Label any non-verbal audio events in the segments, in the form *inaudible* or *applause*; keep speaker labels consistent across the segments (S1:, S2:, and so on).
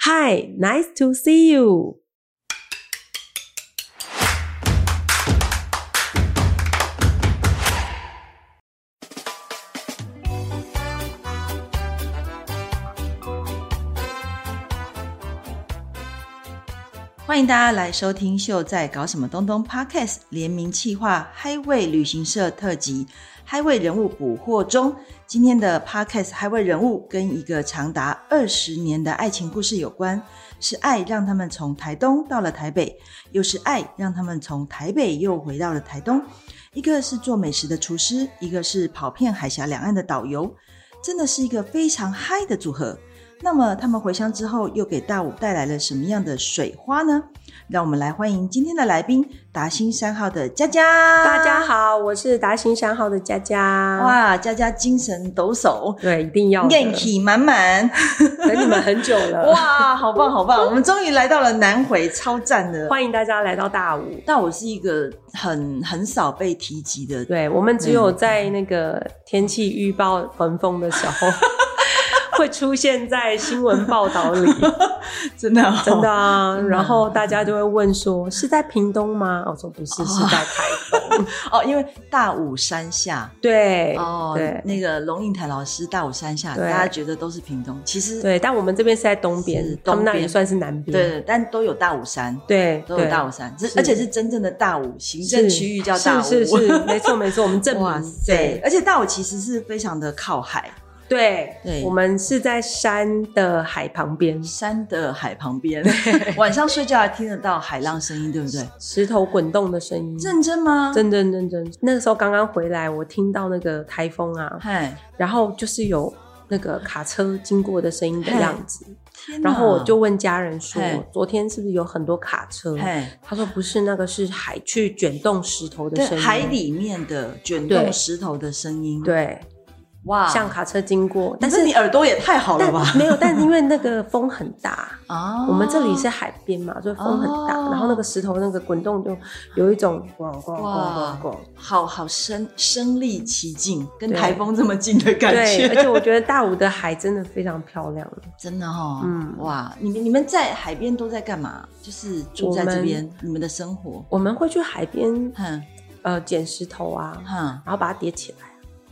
S1: Hi, nice to see you。
S2: 欢迎大家来收听《秀在搞什么东东》Podcast 联名企划 Highway 旅行社特辑 Highway 人物捕获中。今天的 Podcast Highway 人物跟一个长达二十年的爱情故事有关，是爱让他们从台东到了台北，又是爱让他们从台北又回到了台东。一个是做美食的厨师，一个是跑遍海峡两岸的导游，真的是一个非常嗨的组合。那么他们回乡之后，又给大武带来了什么样的水花呢？让我们来欢迎今天的来宾达兴三号的佳佳。
S1: 大家，好，我是达兴山号的佳佳。哇，
S2: 哇，佳佳精神抖擞，
S1: 对，一定要的
S2: 怨气满满，
S1: 等你们很久了。哇，
S2: *laughs* 哇，好棒好 *laughs* 棒！我们终于来到了南回，超赞的。
S1: 欢迎大家来到大武。
S2: 但我是一个很很少被提及的，
S1: 对我们只有在那个天气预报焚风的时
S2: *laughs*
S1: 候，会出现在新闻报道
S2: *laughs*
S1: 里，
S2: 真的哦
S1: 真的啊。然后大家就会问说是在屏东吗？我说不是，是在台东。
S2: *laughs* 哦，因为大武山下
S1: 对，
S2: 哦
S1: 对，
S2: 那个龙应台老师，大武山下，
S1: 对
S2: 大家觉得都是屏东，其实
S1: 对，但我们这边是在东边
S2: 是，
S1: 他们那
S2: 东
S1: 里
S2: 边
S1: 算是南边。
S2: 对，但都有大武山，
S1: 对，
S2: 都有
S1: 对
S2: 大武山，这
S1: 是
S2: 而且是真正的大武行
S1: 是
S2: 政区域叫大武，
S1: 是是是，没错没错，我们 *laughs* 证
S2: *laughs* 哇
S1: 明
S2: 塞
S1: 对！
S2: 而且大武其实是非常的靠海，
S1: 对
S2: 对
S1: 我们是在山的海旁边，
S2: 山的海旁边， *laughs* 晚上睡觉还听得到海浪声音，对不对？
S1: 石头滚动的声音。
S2: 认真吗？
S1: 真真真真，那个时候刚刚回来，我听到那个台风啊，
S2: 嗨，
S1: 然后就是有那个卡车经过的声音的
S2: 嘿
S1: 样子，
S2: 天哪
S1: 然后我就问家人说
S2: 啊嘿，
S1: 昨天是不是有很多卡车？
S2: 嗨，
S1: 他说不是，那个是海去卷动石头的
S2: 对，
S1: 声音，
S2: 海里面的卷动
S1: 对
S2: 石头的声音，，
S1: 对，
S2: 哇，
S1: 像卡车经过，但
S2: 但
S1: 是
S2: 是你耳朵也太好了
S1: 但
S2: 吧？
S1: 没有，但是因为那个风很大，
S2: 啊
S1: 我们这里是海边嘛，所以风很大，
S2: 哦
S1: 然后那个石头那个滚动就有一种咣咣咣
S2: 哇
S1: 咣咣。
S2: 好好身身临其境，跟
S1: 对
S2: 台风这么近的感
S1: 对，
S2: 觉，
S1: 而且我觉得大武的海真的非常漂亮。
S2: *laughs* 真的哦，
S1: 嗯
S2: 哇，你们你们在海边都在干嘛？就是住在这边，你们的生活，
S1: 我们会去海边，
S2: 哼
S1: 呃，捡石头啊，
S2: 哼
S1: 然后把它叠起来。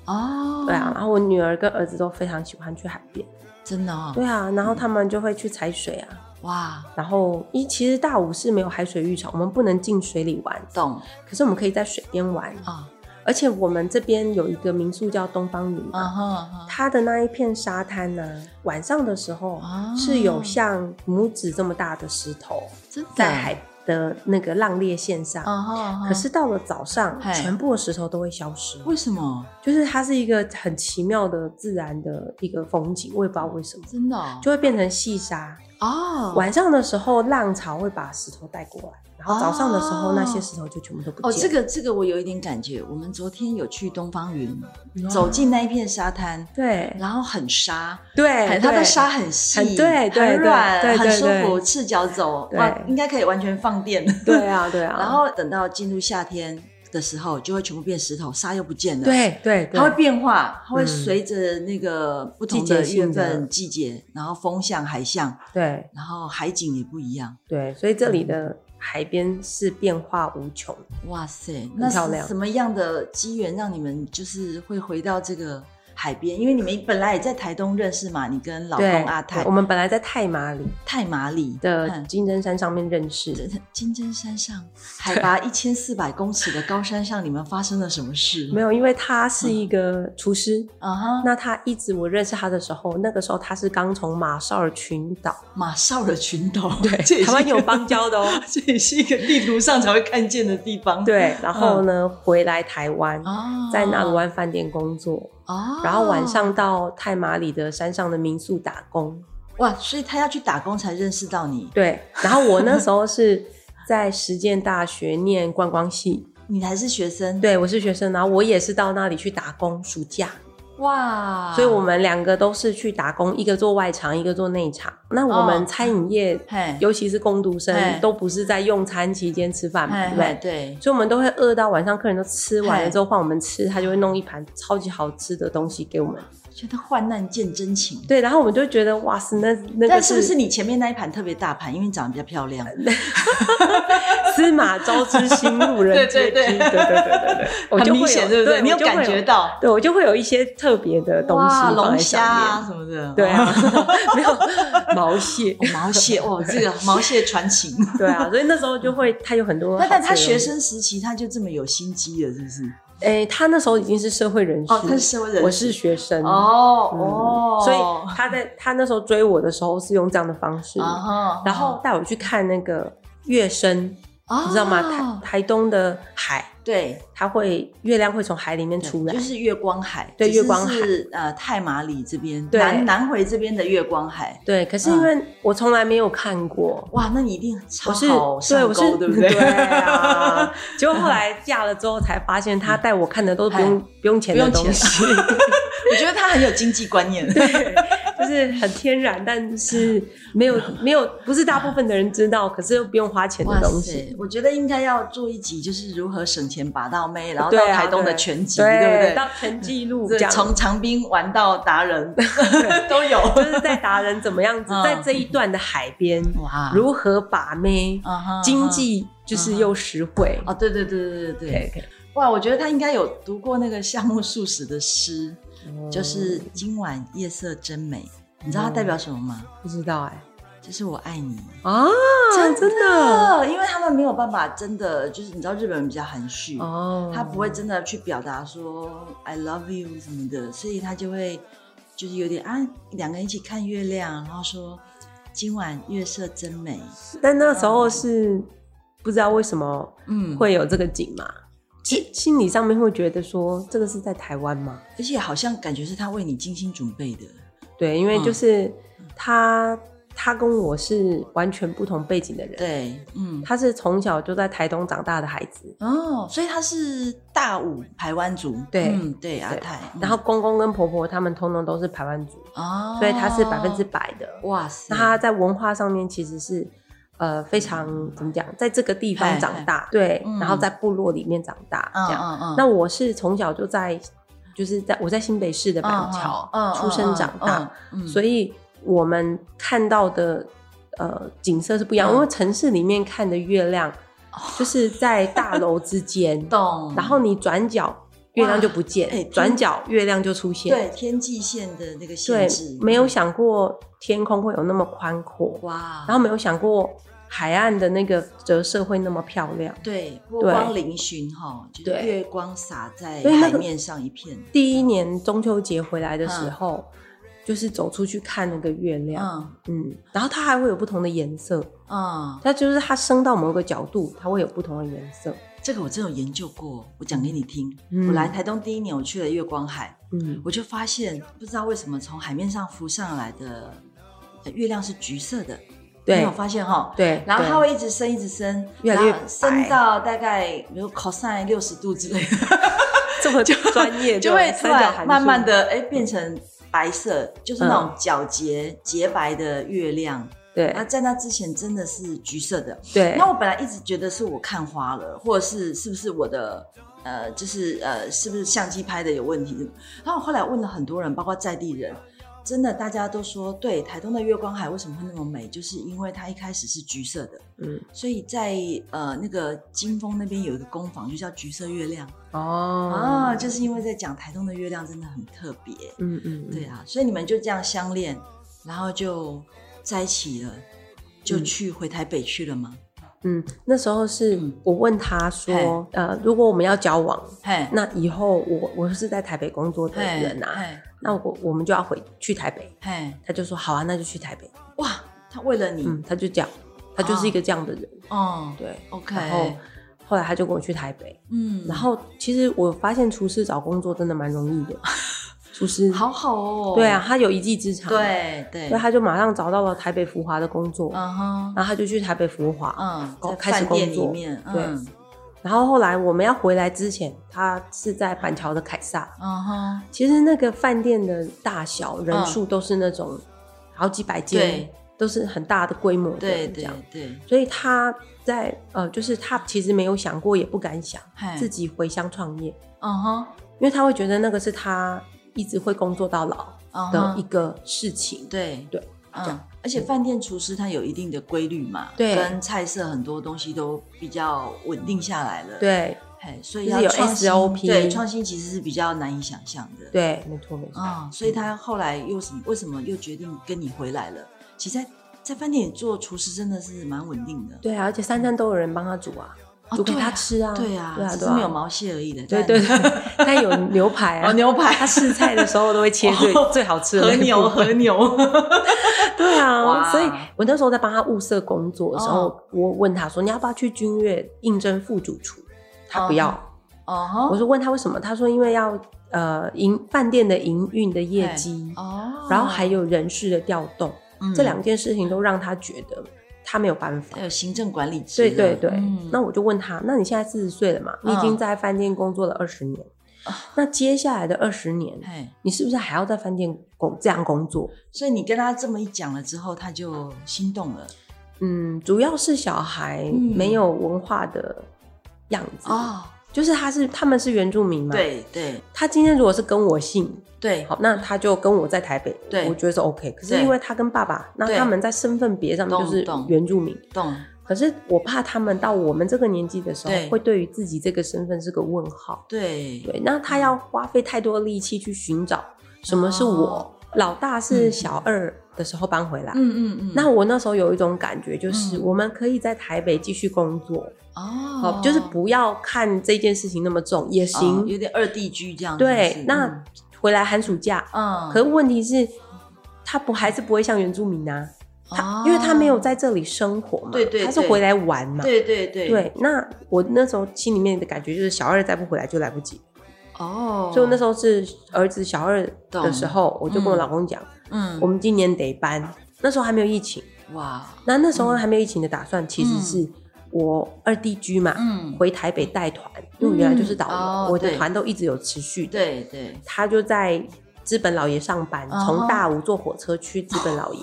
S2: 哦，
S1: 对啊，，然后我女儿跟儿子都非常喜欢去海边。
S2: 真的哦，
S1: 对啊，然后他们就会去踩水啊。
S2: 哇，
S1: 然后，一其实大武是没有海水浴场，我们不能进水里玩，
S2: 懂
S1: 可是我们可以在水边玩。
S2: 啊，
S1: 而且我们这边有一个民宿叫东方云嘛，
S2: 嗯哼嗯
S1: 它的那一片沙滩呢、晚上的时候
S2: 啊
S1: 是有像拇指这么大的石头
S2: 哼，真的
S1: 在，海的那个浪裂线上。
S2: 嗯哼嗯哼，
S1: 可是到了早上，
S2: 嘿
S1: 全部的石头都会消失，
S2: 为什么？
S1: 就是它是一个很奇妙的自然的一个风景，我也不知道为什么，
S2: 真的哦
S1: 就会变成细沙。
S2: 哦，
S1: 晚上的时候，浪潮会把石头带过来，然后早上的时候，
S2: 哦
S1: 那些石头就全部都不
S2: 哦，这
S1: 见了。
S2: 个这个我有一点感觉，我们昨天有去东方云，
S1: 哇
S2: 走进那一片沙滩，
S1: 对
S2: 然后很沙，
S1: 对，
S2: 很它的
S1: 对
S2: 沙很细，
S1: 很对对对
S2: 很软，
S1: 对
S2: 很
S1: 对
S2: 舒服，
S1: 对
S2: 赤脚走，
S1: 对
S2: 哇，应该可以完全放电。
S1: *laughs* 对啊，对啊，
S2: *laughs* 然后等到进入夏天的时候，就会全部变石头，沙又不见了。。
S1: 对对，对
S2: 它会变化，它会
S1: 嗯
S2: 随着那个不同
S1: 季
S2: 的
S1: 节
S2: 月
S1: 性的
S2: 份、季节，然后风向、海象，
S1: 对
S2: 然后海景也不一样。
S1: 对，所以这里的海边是变化无穷。
S2: 哇塞，那
S1: 漂亮
S2: 是什么样的机缘让你们就是会回到这个海边？因为你们本来也在台东认识嘛，你跟老
S1: 对
S2: 公阿泰
S1: 我们本来在太麻里
S2: 泰马里
S1: 的
S2: 嗯
S1: 金针山上面认识的，
S2: 金针山上，海拔一千四百公尺的高山上，你们发生了什么事？
S1: 没有，因为他是一个厨师。
S2: 啊哈，
S1: 那他一直我认识他的时候，那个时候他是刚从马绍尔群 *laughs* 岛，
S2: 马绍尔群岛，
S1: *laughs*
S2: 对，这也是。
S1: 台湾有邦交的 *laughs* 哦
S2: *laughs* 这也是一个地图上才会看见的地方。
S1: 对，然后呢，回来台湾，
S2: 啊，
S1: 在纳鲁湾饭店工作，
S2: 啊，
S1: 然后晚上到太麻里的山上的民宿打工。
S2: 哇，所以他要去打工才认识到你，
S1: 对，然后我那时候是在实践大学念观光系，
S2: 你还是学生，，
S1: 对，我是学生，然后我也是到那里去打工，暑假，
S2: 哇，
S1: 所以我们两个都是去打工，一个做外场，一个做内场。那我
S2: 哦
S1: 们餐饮业，
S2: 嘿
S1: 尤其是工读
S2: 嘿
S1: 生，都不是在用餐期间吃饭嘛，对
S2: 哎
S1: 不
S2: 哎
S1: 对？
S2: 对，
S1: 所以我们都会饿到晚上，客人都吃完了
S2: 嘿
S1: 之后换我们吃，他就会弄一盘超级好吃的东西给我们。
S2: 觉得患难见真情。
S1: 对，然后我们就觉得哇塞，那那个
S2: 但是不是你前面那一盘特别大盘，因为你长得比较漂亮？
S1: 司马昭之心，
S2: *laughs*
S1: 路人皆
S2: 对对
S1: 知。对对
S2: 对
S1: 对对， *laughs* 我
S2: 很
S1: 就会
S2: 明
S1: 有
S2: 显，对不对？你
S1: 我
S2: 有
S1: 就会
S2: 感觉到
S1: 对我就会有一些特别的东西
S2: 哇，
S1: 放
S2: 龙
S1: 在
S2: 虾
S1: 上
S2: 啊
S1: 面。
S2: 什么 *laughs* 的，
S1: 对啊
S2: 哦，
S1: 没有毛蟹，
S2: 哦毛蟹哦，这个毛蟹传情。
S1: *laughs* 对啊，所以那时候就会他有很多好
S2: 那
S1: 吃的东西。
S2: 但他学生时期他就这么有心机了，是不是？
S1: 诶，他那时候已经是社会人士，
S2: 哦，他是社会人士，
S1: 我是学生
S2: 哦
S1: 嗯
S2: 哦，
S1: 所以他在他那时候追我的时候是用这样的方式，
S2: 啊哈
S1: 然后带我去看那个月升，
S2: 哦
S1: 你知道吗？台台东的海，
S2: 对，
S1: 它会月亮会从海里面出来
S2: 就，是月光海，
S1: 对
S2: 只是
S1: 月光海
S2: 是呃太马里这边，
S1: 对
S2: 南南回这边的月光海。
S1: 对。可是
S2: 嗯
S1: 因为我从来没有看过，
S2: 哇，那你一定超
S1: 我是
S2: 好
S1: 对
S2: 上
S1: 我是
S2: 钩，
S1: *laughs*
S2: 对不对？ *laughs*
S1: 啊。结果后来嫁了之后才发现，他带我看的都是不用不用钱
S2: 哎不
S1: 的东
S2: 用钱 *laughs*
S1: 西，
S2: 我觉得他很有经济观念。
S1: 对，就是很天然，但是没有没有不是大部分的人知道，可是又不用花钱的东西。，
S2: 我觉得应该要做一集，就是如何省钱把到妹，然后
S1: 对
S2: 到
S1: 啊
S2: 台东的
S1: 对
S2: 全集，
S1: 对
S2: 对
S1: 到全纪录
S2: 不
S1: 这
S2: 对？
S1: 样，
S2: 从长兵玩到达人都有。
S1: 就是在达人怎么样子，
S2: 嗯
S1: 在这一段的海边，
S2: 哇
S1: 如何把妹，
S2: 啊哈
S1: 经济就是又实惠。
S2: 哦，对对对对对对，哇，我觉得他应该有读过那个夏目漱石的诗，就是今晚夜色真美。你知道它代表什么吗？
S1: 不知道哎
S2: 就是我爱你。
S1: 啊，真的
S2: 呃，因为他们没有办法真的，就是你知道日本人比较含蓄，
S1: 哦，
S2: 他不会真的去表达说 I love you 什么的，所以他就会就是有点啊，两个人一起看月亮，然后说今晚月色真美。
S1: 但那时候是不知道为什么
S2: 嗯，
S1: 会有这个景嘛，心心理上面会觉得说这个是在台湾吗？
S2: 而且好像感觉是他为你精心准备的。
S1: 对，因为
S2: 嗯
S1: 就是他他跟我是完全不同背景的人，
S2: 对，嗯，
S1: 他是从小就在台东长大的孩子，
S2: 哦，所以他是大武台湾族，
S1: 对
S2: 嗯，对，阿泰，嗯
S1: 然后公公跟婆婆他们通通都是台湾族，
S2: 哦，
S1: 所以他是百分之，百的。
S2: 哇塞，
S1: 那他在文化上面其实是。呃，非常怎么讲，在这个地
S2: 嗨
S1: 方长大，对，
S2: 嗯
S1: 然后在部落里面长大，
S2: 嗯
S1: 这样。
S2: 嗯嗯，
S1: 那我是从小就在，就是在我在新北市的板桥、
S2: 嗯嗯
S1: 出生长大，，
S2: 嗯嗯嗯
S1: 所以我们看到的呃景色是不一样，
S2: 嗯，
S1: 因为城市里面看的月亮就是在大楼之间
S2: *laughs* 懂，
S1: 然后你转角月亮就不
S2: 哇哎
S1: 见，转角月亮就出现，
S2: 对嗯天际线的那个限
S1: 对
S2: 制，
S1: 没有想过天空会有那么宽阔，
S2: 哇，
S1: 然后没有想过海岸的那个折射会那么漂亮。
S2: 对波
S1: 对
S2: 光粼粼哈，就是
S1: 对
S2: 月光洒在
S1: 所以那
S2: 海
S1: 个
S2: 面上一片，
S1: 第一年中秋节回来的时候，就是走出去看那个月亮，
S2: 嗯
S1: 嗯然后它还会有不同的颜色，
S2: 嗯，
S1: 它就是它升到某个角度，它会有不同的颜色，
S2: 这个我真有研究过，我讲给你听。
S1: 嗯
S2: 我来台东第一年，我去了月光海，
S1: 嗯，
S2: 我就发现不知道为什么从海面上浮上来的呃月亮是橘色的，你
S1: 对
S2: 有发现哈？
S1: 对，
S2: 然后它
S1: 对
S2: 会一直 *laughs* 升，一直升，
S1: 越来越
S2: 然后升
S1: 白
S2: 到大概比如 cosine 六十度之类的，
S1: 这么专业，
S2: 就会
S1: 对
S2: 突
S1: 三角函
S2: 然
S1: 数
S2: 慢慢的哎变成白色，就是那种皎洁洁白的月亮。
S1: 嗯对
S2: 那在那之前真的是橘色的。
S1: 对
S2: 啊那我本来一直觉得是我看花了，或者是是不是我的呃，就是呃，是不是相机拍的有问题？然后我后来问了很多人，包括在地人，真的大家都说，对台东的月光海为什么会那么美，就是因为它一开始是橘色的，
S1: 嗯
S2: 所以在呃那个金峰那边有一个工坊，就叫橘色月亮啊，
S1: 哦，
S2: 就是因为在讲台东的月亮真的很特别，
S1: 嗯嗯，嗯
S2: 对，啊，所以你们就这样相恋，然后就在一起了，就
S1: 嗯
S2: 去回台北去了吗？
S1: 嗯，那时候是
S2: 嗯
S1: 我问他说，呃，如果我们要交往。
S2: 嘿，
S1: 那以后我我是在台北工作的
S2: 嘿
S1: 人啊，
S2: 嘿，
S1: 那我我们就要回去台北。
S2: 嘿，
S1: 他就说好啊，那就去台北。
S2: 哇，他为了你，
S1: 嗯，他就这样，他就是一个这样的人，
S2: 哦
S1: 对。
S2: ，OK，
S1: 然后后来他就跟我去台北，
S2: 嗯，
S1: 然后其实我发现厨师找工作真的蛮容
S2: *laughs*
S1: 易的，厨师，
S2: 好好哦，
S1: 对啊，，他有一技之长，，
S2: 对对
S1: 所以，他就马上找到了台北福华的工作，
S2: 嗯哼，
S1: 然后他就去台北福华，
S2: 嗯，
S1: 哦
S2: 在
S1: 开始
S2: 饭店
S1: 工
S2: 里
S1: 作
S2: 面，
S1: 对
S2: 嗯，
S1: 然后后来我们要回来之前，他是在板桥的凯撒，
S2: 嗯哼，
S1: 其实那个饭店的大小人数都是那种好几百间
S2: 嗯对，
S1: 都是很大的规模的，
S2: 对
S1: 这
S2: 对
S1: 样。
S2: 对，
S1: 所以他在呃，就是他其实没有想过，也不敢想
S2: 嘿
S1: 自己回乡创业，
S2: 嗯哼，
S1: 因为他会觉得那个是他一直会工作到老
S2: 嗯
S1: 的
S2: 哼
S1: 一个事情。
S2: 对
S1: 对，这
S2: 嗯
S1: 样，
S2: 而且饭店厨师他有一定的规律嘛，
S1: 对
S2: 跟菜色很多东西都比较稳定下来了，，
S1: 对
S2: 嘿，所以
S1: 就
S2: 要
S1: 是有
S2: 创新
S1: SOP
S2: 对，创新其实是比较难以想象的，，
S1: 对，没错没错。
S2: 啊、所以他后来又什么？为什么又决定跟你回来了？其实在在饭店里做厨师真的是蛮稳定的，
S1: 对啊，而且三餐都有人帮他煮啊，
S2: 哦
S1: 煮给他
S2: 对啊
S1: 吃啊。
S2: 对啊，
S1: 对啊，
S2: 只
S1: 对
S2: 是
S1: 啊
S2: 没有毛蟹而已的，
S1: 对
S2: 但
S1: 对对，但有牛排啊
S2: *laughs* 哦，，牛哦排
S1: 他试
S2: *laughs*
S1: 菜的时候都会切最最好吃的
S2: 和
S1: 那个
S2: 牛
S1: 部分
S2: 和牛， *laughs*
S1: 对
S2: 哇嗯
S1: 啊，所以我那时候在帮他物色工作的时候，我问他说：“你要不要去君悦应征副主厨？”他不要。
S2: 哦
S1: 我
S2: 哈，
S1: 说问他为什么，他说因为要呃营饭店的营运的业绩，
S2: 哦，
S1: 然后还有人事的调动，
S2: 嗯
S1: 这两件事情都让他觉得他没有办法
S2: 还。有呃行政管理职
S1: 对
S2: 了，
S1: 对对，
S2: 嗯
S1: 那我就问他，那你现在四十岁了嘛？你已经在饭店工作了二十年，那接下来的二十年，
S2: 哦嘿
S1: 你是不是还要在饭店工这样工作？
S2: 所以你跟他这么一讲了之后，他就心动了
S1: 嗯，主要是小孩
S2: 嗯
S1: 没有文化的样子，
S2: 哦。
S1: 就是他是他们是原住民嘛，，
S2: 对对
S1: 他今天如果是跟我姓，
S2: 对，
S1: 好，那他就跟我在台北，
S2: 对
S1: 我觉得是 OK。可是
S2: 对
S1: 因为他跟爸爸，那
S2: 对
S1: 他们在身份别上面
S2: 懂
S1: 就是
S2: 懂
S1: 原住民。
S2: 懂
S1: 可是我怕他们到我们这个年纪的时候
S2: 对，
S1: 会对于自己这个身份是个问号。
S2: 对
S1: 对，那他要花费太多力气去寻找什么是我。
S2: 哦
S1: 老大是
S2: 嗯
S1: 小二的时候搬回来，
S2: 嗯嗯嗯
S1: 那我那时候有一种感觉，就是
S2: 嗯
S1: 我们可以在台北继续工作，
S2: 哦
S1: 好，，就是不要看这件事情那么重也
S2: 哦嗯
S1: 行。
S2: 有点二地居这样子。是
S1: 对
S2: 不是，
S1: 那回来寒暑假，
S2: 嗯，
S1: 可问题是，他不还是不会像原住民啊，
S2: 他
S1: 因为他没有，在这里生活嘛，
S2: 哦对对
S1: 他是
S2: 对
S1: 回来玩嘛。
S2: 对对对，
S1: 对那我那时候心里面的感觉就是，小二再不回来就来不及。
S2: 哦，
S1: 所以我那时候是儿子小二
S2: 懂
S1: 的时候，我就跟我老公讲，
S2: 嗯，
S1: 我们今年得搬。那时候还没有疫情，
S2: 哇，
S1: 那那时
S2: 嗯
S1: 候还没有疫情的打算，其实是我二地居嘛，
S2: 嗯，
S1: 回台北带团，因为我原来就是导游，
S2: 嗯哦
S1: 我的
S2: 对
S1: 团都一直有持续的。
S2: 对对，
S1: 他就在资本老爷上班，
S2: 哦
S1: 从大武坐火车去资本
S2: *laughs*
S1: 老爷，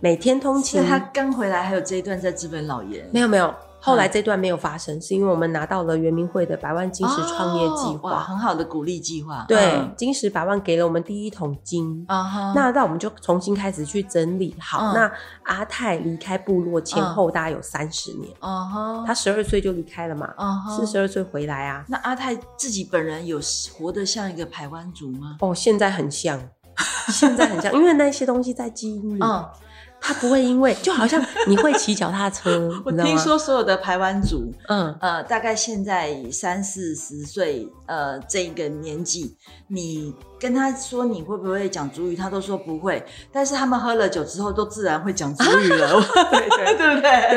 S1: 每天通
S2: 所
S1: 勤
S2: 以。他嗯刚回来还有这一段在资本老爷
S1: 没有没有，后来这段没有发生，是因为我们拿到了圆明会的百万金石创业计
S2: 哦哇
S1: 划，
S2: 很好的鼓励计划，
S1: 对
S2: 嗯，
S1: 金石百万给了我们第一桶金。
S2: 啊哈，
S1: 那那我们就重新开始去整理。好，
S2: 嗯
S1: 那阿泰离开部落前
S2: 嗯
S1: 后大概有三十年，
S2: 啊哈，
S1: 他十二岁就离开了嘛，
S2: 啊哈
S1: 四十二岁回来啊。
S2: 那阿泰自己本人有活得像一个台湾族吗？
S1: 哦，现在很像，现在很像，因为那些东西在基因里，
S2: 嗯，
S1: 他不会因为就好像你会骑脚踏车，
S2: 我 *laughs*
S1: 你知道吗
S2: 听，说所有的台湾族，
S1: 嗯，
S2: 呃，大概现在三四十岁，呃，这个年纪，你跟他说你会不会讲主语，他都说不会。但是他们喝了酒之后，都自然会讲主语了，对对 *laughs* 对不啊对？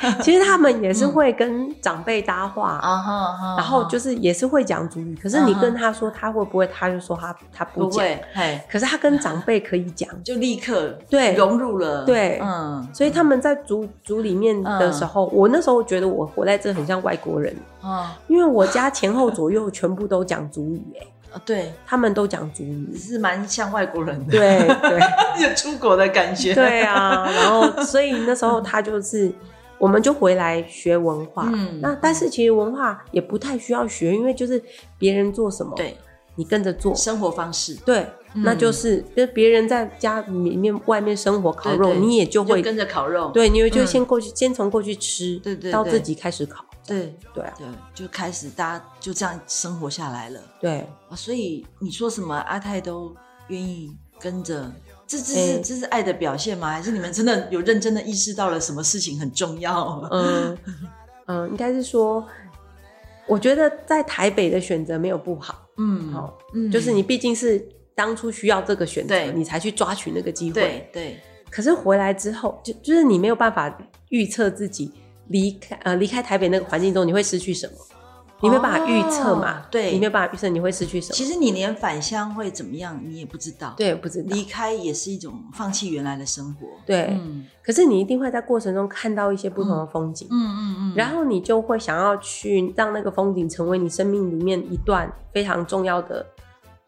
S1: 对，其实他们也是会跟长辈搭话。
S2: 啊哈啊哈，
S1: 然后就是也是会讲主语，可是你跟他说他会不会，他就说他他不
S2: 嗯不
S1: 讲。
S2: 会，嘿，
S1: 可是他跟长辈可以讲，
S2: 就立刻
S1: 对
S2: 融入了，
S1: 对
S2: 嗯
S1: 所以他们在族族里面的时候，我那时候觉得我活在这很像外国人，
S2: 啊
S1: 因为我家前后左右全部都讲族语、哎，
S2: 啊对，
S1: 他们都讲族语
S2: *laughs* 你，是蛮像外国人的，
S1: 对对。
S2: 有出国的感觉，
S1: 对啊，然后所以那时候他就是，我们就回来学文化。
S2: 嗯
S1: 那但是其实文化也不太需要学，因为就是别人做什么，
S2: 对，
S1: 你跟着做。
S2: 生活方式
S1: 对，
S2: 嗯
S1: 那就是就是别人在家里面外面生活烤肉，
S2: 对对
S1: 你也就
S2: 就
S1: 会
S2: 跟着烤肉，
S1: 对，你也就
S2: 嗯
S1: 先过去，先从过去吃，
S2: 对对
S1: 到
S2: 对
S1: 自己开始烤。
S2: 对
S1: 对啊，
S2: 对，就开始大家就这样生活下来了。
S1: 对，
S2: *laughs* 啊，所以你说什么阿泰都愿意跟着，这这
S1: 哎
S2: 是这是爱的表现吗？还是你们真的有认真的意识到了什么事情很重要？
S1: 嗯嗯，应该是说，我觉得在台北的选择没有不好，
S2: 嗯，
S1: 好，
S2: 嗯
S1: 就是你毕竟是当初需要这个选择
S2: 对，
S1: 你才去抓取那个机会。
S2: 对对
S1: 可是回来之后，就就是你没有办法预测自己离开呃离开台北那个环境中你会失去什么，你没有办法预测嘛？
S2: 哦对
S1: 你没有办法预测你会失去什
S2: 其
S1: 么。
S2: 实你连返乡会怎么样，你也不知道。，
S1: 对，不知道
S2: 离。开也是一种放弃原来的生活。
S1: 对，
S2: 嗯
S1: 可是你一定会在过程中看到一些不同的风景，
S2: 嗯嗯嗯，
S1: 然后你就会想要去让那个风景成为你生命里面一段非常重要的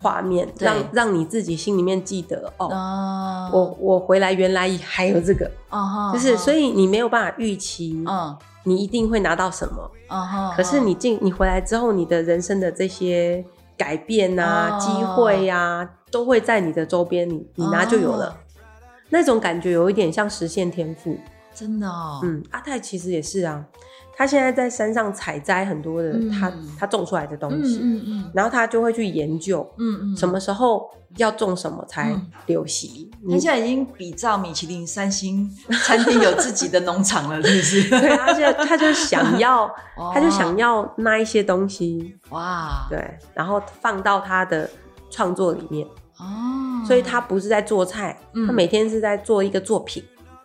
S1: 画面，
S2: 对
S1: 让让你自己心里面记得哦，
S2: 啊，
S1: 我我回来原来还有这个，
S2: 啊哈，
S1: 就是所
S2: 以
S1: 以你没有办法预期
S2: 嗯
S1: 你一定会拿到什么，
S2: 啊哈，
S1: 可是你进你回来之后，你的人生的这些改变呐、
S2: 哦
S1: 机会呀、都会在你的周边，你你拿就有
S2: 哦
S1: 了。那种感觉有一点像实现天赋。
S2: 真的哦，
S1: 嗯，阿泰其实也是啊，他现在在山上采摘很多的
S2: 嗯
S1: 他他种出来的东西，
S2: 嗯嗯
S1: 然后他就会去研究
S2: 嗯嗯，
S1: 什？么时候要种什么才
S2: 嗯
S1: 流行。
S2: 他
S1: 你
S2: 现在已经比照米其林三星餐厅有自己的农场了，是不是？
S1: *laughs* 对，他现在他就想
S2: *laughs*
S1: 要，
S2: 哦
S1: 他就想要那一些东西，
S2: 哇，
S1: 对，然后放到他的创作里面。
S2: 哦，
S1: 所以他不是在做菜，
S2: 嗯
S1: 他每天是在做一个作品。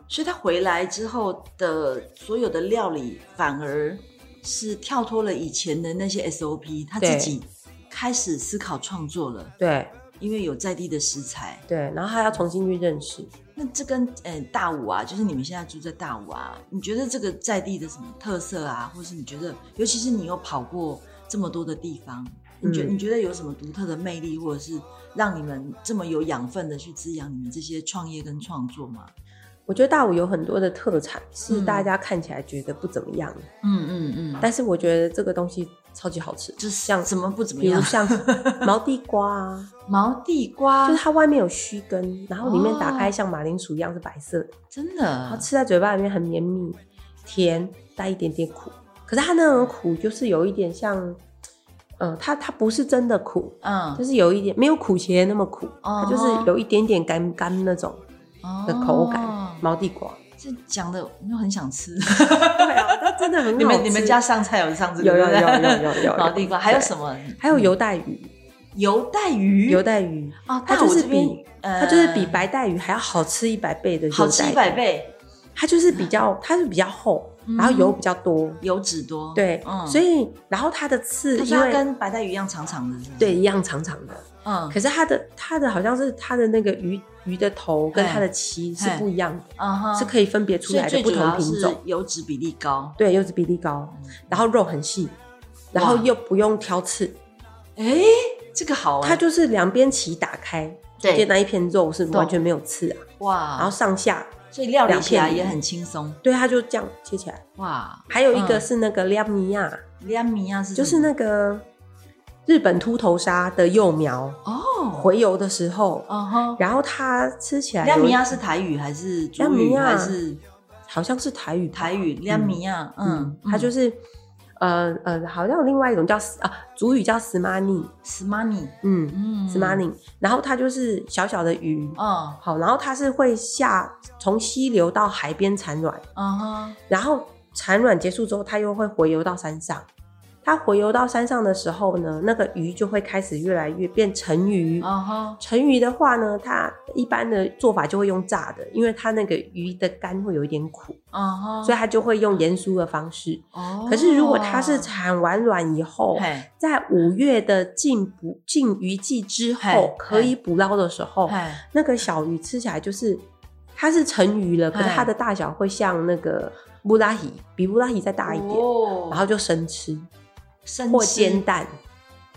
S2: 所以他回来之后的所有的料理反而是跳脱了以前的那些 SOP，他自
S1: 对
S2: 己开始思考创作了，
S1: 对
S2: 因为有在地的食材。
S1: 对，然后他要重新去认识。
S2: 那这跟呃大武啊，就是你们现在住在大武啊，你觉得这个在地的什么特色啊，或是你觉得，尤其是你有跑过这么多的地方，你觉、
S1: 嗯
S2: 你觉得有什么独特的魅力，或者是让你们这么有养分的去滋养你们这些创业跟创作吗？
S1: 我觉得大武有很多的特产是
S2: 嗯
S1: 大家看起来觉得不怎么样的，
S2: 嗯嗯嗯，
S1: 但是我觉得这个东西超级好吃，
S2: 就是
S1: 像
S2: 怎么不怎么
S1: 比如
S2: 样， *laughs*
S1: 像毛地瓜啊，
S2: 毛地瓜
S1: 就是它外面有须根，然后里面打
S2: 哦
S1: 开像马铃薯一样是白色的，
S2: 真
S1: 然后
S2: 的，
S1: 吃在嘴巴里面很绵密，甜带一点点苦。可是它那种苦就是有一点像，呃，它它不是真的苦，
S2: 嗯
S1: 就，是有一点没有苦茄那么苦，
S2: 哦
S1: 它就是有一点点干干那种的口感，
S2: 哦
S1: 毛地
S2: *laughs*
S1: 瓜。
S2: 这讲的我就很想吃。
S1: 对啊，它真的很好吃。
S2: 你们你们家上菜有上这个
S1: 有有有
S2: 对不对
S1: 有有有有
S2: 毛地瓜，还有
S1: 对
S2: 什么？嗯
S1: 还有油带鱼，
S2: 油带鱼，
S1: 油带鱼
S2: 哦，
S1: 它
S2: 大
S1: 就
S2: 武
S1: 是
S2: 这边
S1: 比
S2: 呃
S1: 它就是比白带鱼还要好吃一百倍的
S2: 好
S1: 油
S2: 吃
S1: 带
S2: 一
S1: 鱼，
S2: 百倍，
S1: 它就是比较它是比较厚，
S2: 嗯
S1: 然后油比较多，
S2: 油脂多，嗯
S1: 对，所以然后它的刺
S2: 它就
S1: 因
S2: 要
S1: 为
S2: 跟白带鱼一样长长的，是不是
S1: 对，一样长长的，
S2: 嗯
S1: 可是它的它的好像是它的那个鱼鱼的头跟
S2: 嘿
S1: 它的鳍是
S2: 嘿
S1: 不一样的，
S2: 嗯哼，
S1: 是可以分别出
S2: 所以
S1: 来的
S2: 最
S1: 不
S2: 主
S1: 同
S2: 要
S1: 品种
S2: 是。嗯油脂比例高，
S1: 对，柚子比例高，然后肉很细，然后又不用挑刺，
S2: 哎，这个好哎，
S1: 它就是两边鳍打开，
S2: 对
S1: 就那一片肉是完
S2: 懂
S1: 全没有刺啊，然
S2: 哇
S1: 后，上下，
S2: 所以料理起来
S1: 两片
S2: 也很轻松，
S1: 对，它就这样切起来。
S2: 哇，
S1: 还有一个
S2: 嗯
S1: 是那个亮米亚，
S2: 凉米啊是什么
S1: 就是那个日本秃头鲨的幼苗，
S2: 哦，
S1: 洄游的时候，
S2: 嗯哼，
S1: 然后它吃起来
S2: 凉
S1: 有
S2: 米亚是台语还是主
S1: 凉米啊
S2: 语
S1: 亚
S2: 还是
S1: 好像是台语吧
S2: 台语凉米亚？嗯
S1: 嗯，，它就是是。呃呃，好像有另外一种叫啊，主语叫 smani，
S2: smani，
S1: 嗯，哦
S2: 嗯
S1: s m a n i n g 然后它就是小小的鱼，
S2: 嗯
S1: 好，然后它是会下从溪流到海边产卵，
S2: 嗯哼，
S1: 然后产卵结束之后，它又会回游到山上。它回游到山上的时候呢，那个鱼就会开始越来越变成鱼。
S2: 嗯哼，
S1: 成鱼的话呢，它一般的做法就会用炸的，因为它那个鱼的肝会有一点苦，
S2: 嗯哼，
S1: 所以它就会用盐酥的方式。
S2: 哦，
S1: 可是如果它是产完卵以后，
S2: 嘿，
S1: 在五月的禁捕禁渔季之后
S2: 嗨，
S1: 可以捕捞的时候，
S2: 嘿，
S1: 那个小鱼吃起来就是它是成鱼了，
S2: 嗨
S1: 可是它的大小会像那个布拉鱼，比布拉鱼再大一点，
S2: 哦
S1: 然后就生吃
S2: 生
S1: 或
S2: 吃
S1: 煎蛋。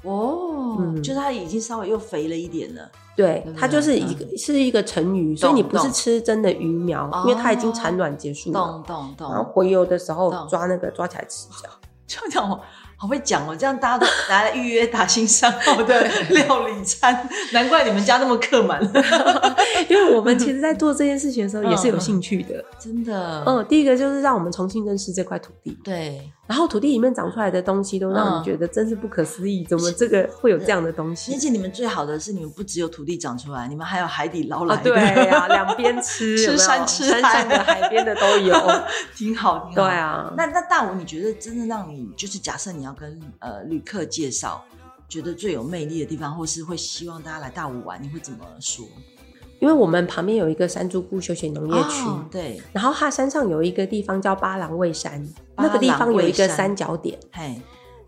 S2: 哦，
S1: 嗯
S2: 就是它已经稍微又肥了一点了，
S1: 对
S2: 嗯，
S1: 它就是一个、是一个成鱼，所以你不是
S2: 懂
S1: 吃真的鱼苗
S2: 哦，
S1: 因为它已经产卵结束了。
S2: 懂懂
S1: 然后
S2: 懂，
S1: 回游的时
S2: 懂
S1: 候抓那个抓起来吃，这样
S2: *laughs* 就这样我。好会讲哦，这样大家都 *laughs* 来预约打新山后的料理餐，难怪你们家那么客 *laughs* 满，
S1: 因为我们其实，在做这件事情的时候
S2: 嗯
S1: 也是有兴趣的。
S2: 真的。
S1: 嗯，第一个就是让我们重新认识这块土地，
S2: 对，
S1: 然后土地里面长出来的东西都让
S2: 嗯
S1: 你觉得真是不可思议，怎么这个会有这样的东
S2: 而
S1: 西？
S2: 且你们最好的是，你们不只有土地长出来，你们还有海底捞来
S1: 啊，
S2: 的，
S1: 对
S2: *laughs*
S1: 呀、两边吃，
S2: 吃
S1: 有没有
S2: 山吃
S1: 山
S2: 海
S1: 上
S2: 嗯
S1: 的、海边的都
S2: *laughs*
S1: 有。
S2: 挺好，挺好。
S1: 对啊，
S2: 那那大武，你觉得真的让你就是假设你要跟呃旅客介绍，觉得最有魅力的地方，或是会希望大家来大武玩，你会怎么说？
S1: 因为我们旁边有一个山竹谷休闲农业区，
S2: 哦对，
S1: 然后它山上有一个地方叫巴郎卫山，
S2: 巴郎
S1: 那个地方有一
S2: 卫
S1: 个
S2: 山
S1: 三角点，
S2: 嘿，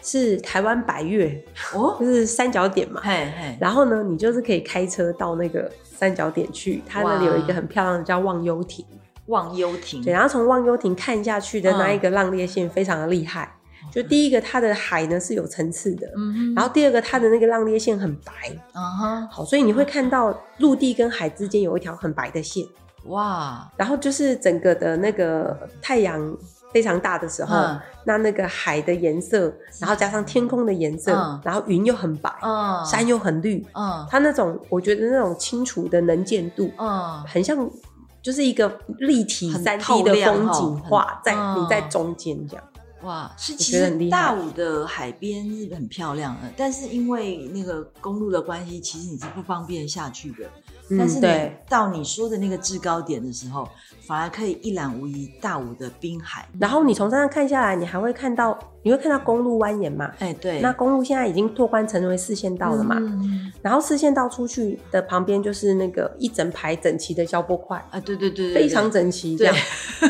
S1: 是台湾百越，
S2: 哦
S1: 就，是三角点嘛。
S2: 嘿嘿，
S1: 然后呢，你就是可以开车到那个三角点去，它那里有一
S2: 哇
S1: 个很漂亮的叫忘忧亭。
S2: 忘忧亭，
S1: 对，然后从望幽亭看下去的
S2: 嗯
S1: 那一个浪裂线非常的厉害。就第一个，它的海呢是有层次的，
S2: 哦嗯哼，
S1: 然后第二个，它的那个浪裂线很白，
S2: 嗯哼，
S1: 好，所以你会看到陆地跟海之间有一条很白的线。
S2: 哇，
S1: 然后就是整个的那个太阳非常大的时候，
S2: 嗯
S1: 那那个海的颜色，然后加上天空的颜色，
S2: 嗯
S1: 然后云又很白，
S2: 嗯，
S1: 山又很绿，
S2: 嗯
S1: 它那种我觉得那种清楚的能见度，
S2: 嗯
S1: 很像就是一个立体
S2: 很
S1: 三
S2: 透
S1: D 的
S2: 亮
S1: 风
S2: 哦
S1: 景
S2: 很
S1: 画，在
S2: 嗯
S1: 你在中间这样。
S2: 哇，是其
S1: 觉得很
S2: 实
S1: 厉害
S2: 大武的海边是很漂亮的，但是因为那个公路的关系，其实你是不方便下去的。但是
S1: 嗯，
S2: 你
S1: 对，
S2: 到你说的那个制高点的时候，反而可以一览无遗大武的滨海。
S1: 然后你从山上看下来，你还会看到，你会看到公路蜿蜒嘛？
S2: 哎，对，
S1: 那公路现在已经拓宽成为四线道了嘛？
S2: 嗯
S1: 然后四线道出去的旁边就是那个一整排整齐的消波块，
S2: 啊，对对对，对
S1: 非常
S2: 对
S1: 整齐，
S2: 对
S1: 这样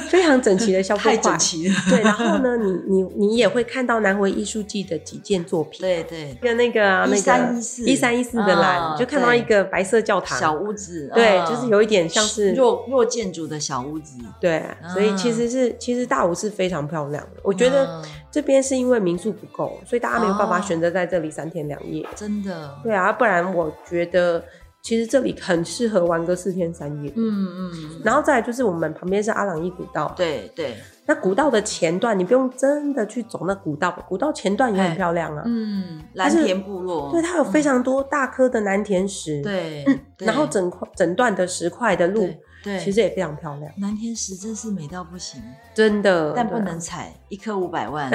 S1: 非常整齐的消波
S2: *laughs* 太
S1: 块
S2: 整。齐了。
S1: 对，然后呢，你你你也会看到南回艺术季的几件作品，
S2: 对对，
S1: 一个那个啊那个
S2: 1314
S1: 一三一四的
S2: 啊
S1: 蓝，就看到
S2: 对
S1: 一个白色教
S2: 小
S1: 堂，
S2: 屋子，
S1: 对
S2: 嗯，
S1: 就是有一点像是
S2: 弱弱建筑的小屋子。
S1: 对，所以其
S2: 啊
S1: 实是其实大武是非常漂亮的，我觉得。
S2: 嗯
S1: 这边是因为民宿不够，所以大家没有办法
S2: 哦
S1: 选择在这里三天两夜。
S2: 真的，
S1: 对啊，不然我觉得其实这里很适合玩个四天三夜。
S2: 嗯嗯，
S1: 然后再来就是我们旁边是阿朗伊古道，
S2: 对对，
S1: 那古道的前段你不用真的去走那古道，古道前段也
S2: 哎
S1: 很漂亮啊。
S2: 嗯，蓝
S1: 但是
S2: 田部落，
S1: 对，它有非
S2: 嗯
S1: 常多大颗的南田石，，嗯
S2: 对，对
S1: 然后整块整段的石块的路
S2: 对，对，
S1: 其实也非常漂亮，
S2: 南天石真是美到不行，
S1: 真的。
S2: 但不
S1: 对啊
S2: 能踩，一颗五百万。 *laughs*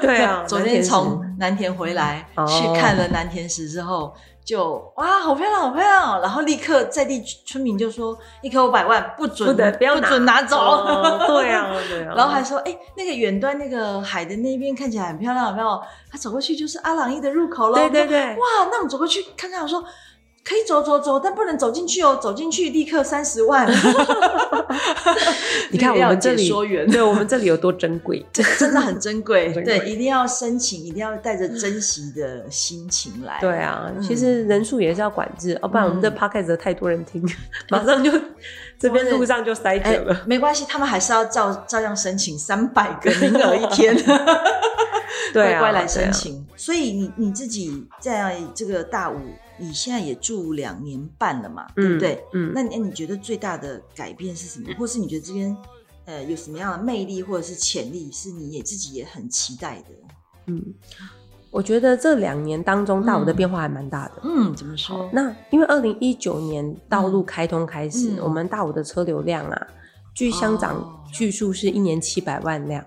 S1: 对啊
S2: 昨
S1: 南
S2: 天
S1: 田石
S2: *laughs* 从南田回来
S1: 哦
S2: 去看了南田石之后，就哇，好漂亮，好漂亮哦！然后立刻在地村民就说，一颗五百万不准，
S1: 不得不要拿
S2: 准拿走。
S1: 哦对啊，对啊。
S2: *laughs* 然后还说，哎、那个远端那个海的那边看起来很漂亮，有没有？他走过去就是阿朗伊的入口了。
S1: 对对对，
S2: 哇，那我们走过去看看，我说可以走走走，但不能走进去哦，走进去立刻三十万。
S1: 你看
S2: 那个要
S1: 我们这里
S2: 解说员啊
S1: 对我们这里有多珍
S2: *laughs*
S1: 贵。
S2: 真的很珍
S1: *laughs*
S2: 贵，
S1: 珍贵
S2: 对，一定要申请，一定要带着珍惜的心情来。
S1: 对啊，
S2: 嗯
S1: 其实人数也是要管制，哦要、不然我们这
S2: 嗯
S1: podcast 太多人听， *laughs* 马上
S2: *laughs*
S1: 就这边路上就塞
S2: 哎，
S1: 着 *laughs* 了。
S2: 没关系，他们还是要照照样申请三百个名额一天，
S1: *laughs* 对啊，
S2: 乖乖来
S1: 对啊
S2: 申请。所以你你自己在这个大五，你现在也住两年半了嘛，对
S1: 嗯，
S2: 不对？
S1: 嗯，
S2: 那你你觉得最大的改变是什么？或是你觉得这边呃有什么样的魅力或者是潜力，是你也自己也很期待的？
S1: 嗯，我觉得这两年当中，大武的
S2: 嗯
S1: 变化还蛮大的。
S2: 嗯，怎么说？
S1: 那因为二零一九年道路开通开始，
S2: 嗯
S1: 我们大武的车流量啊，据乡
S2: 哦
S1: 长据述是一年七百万辆。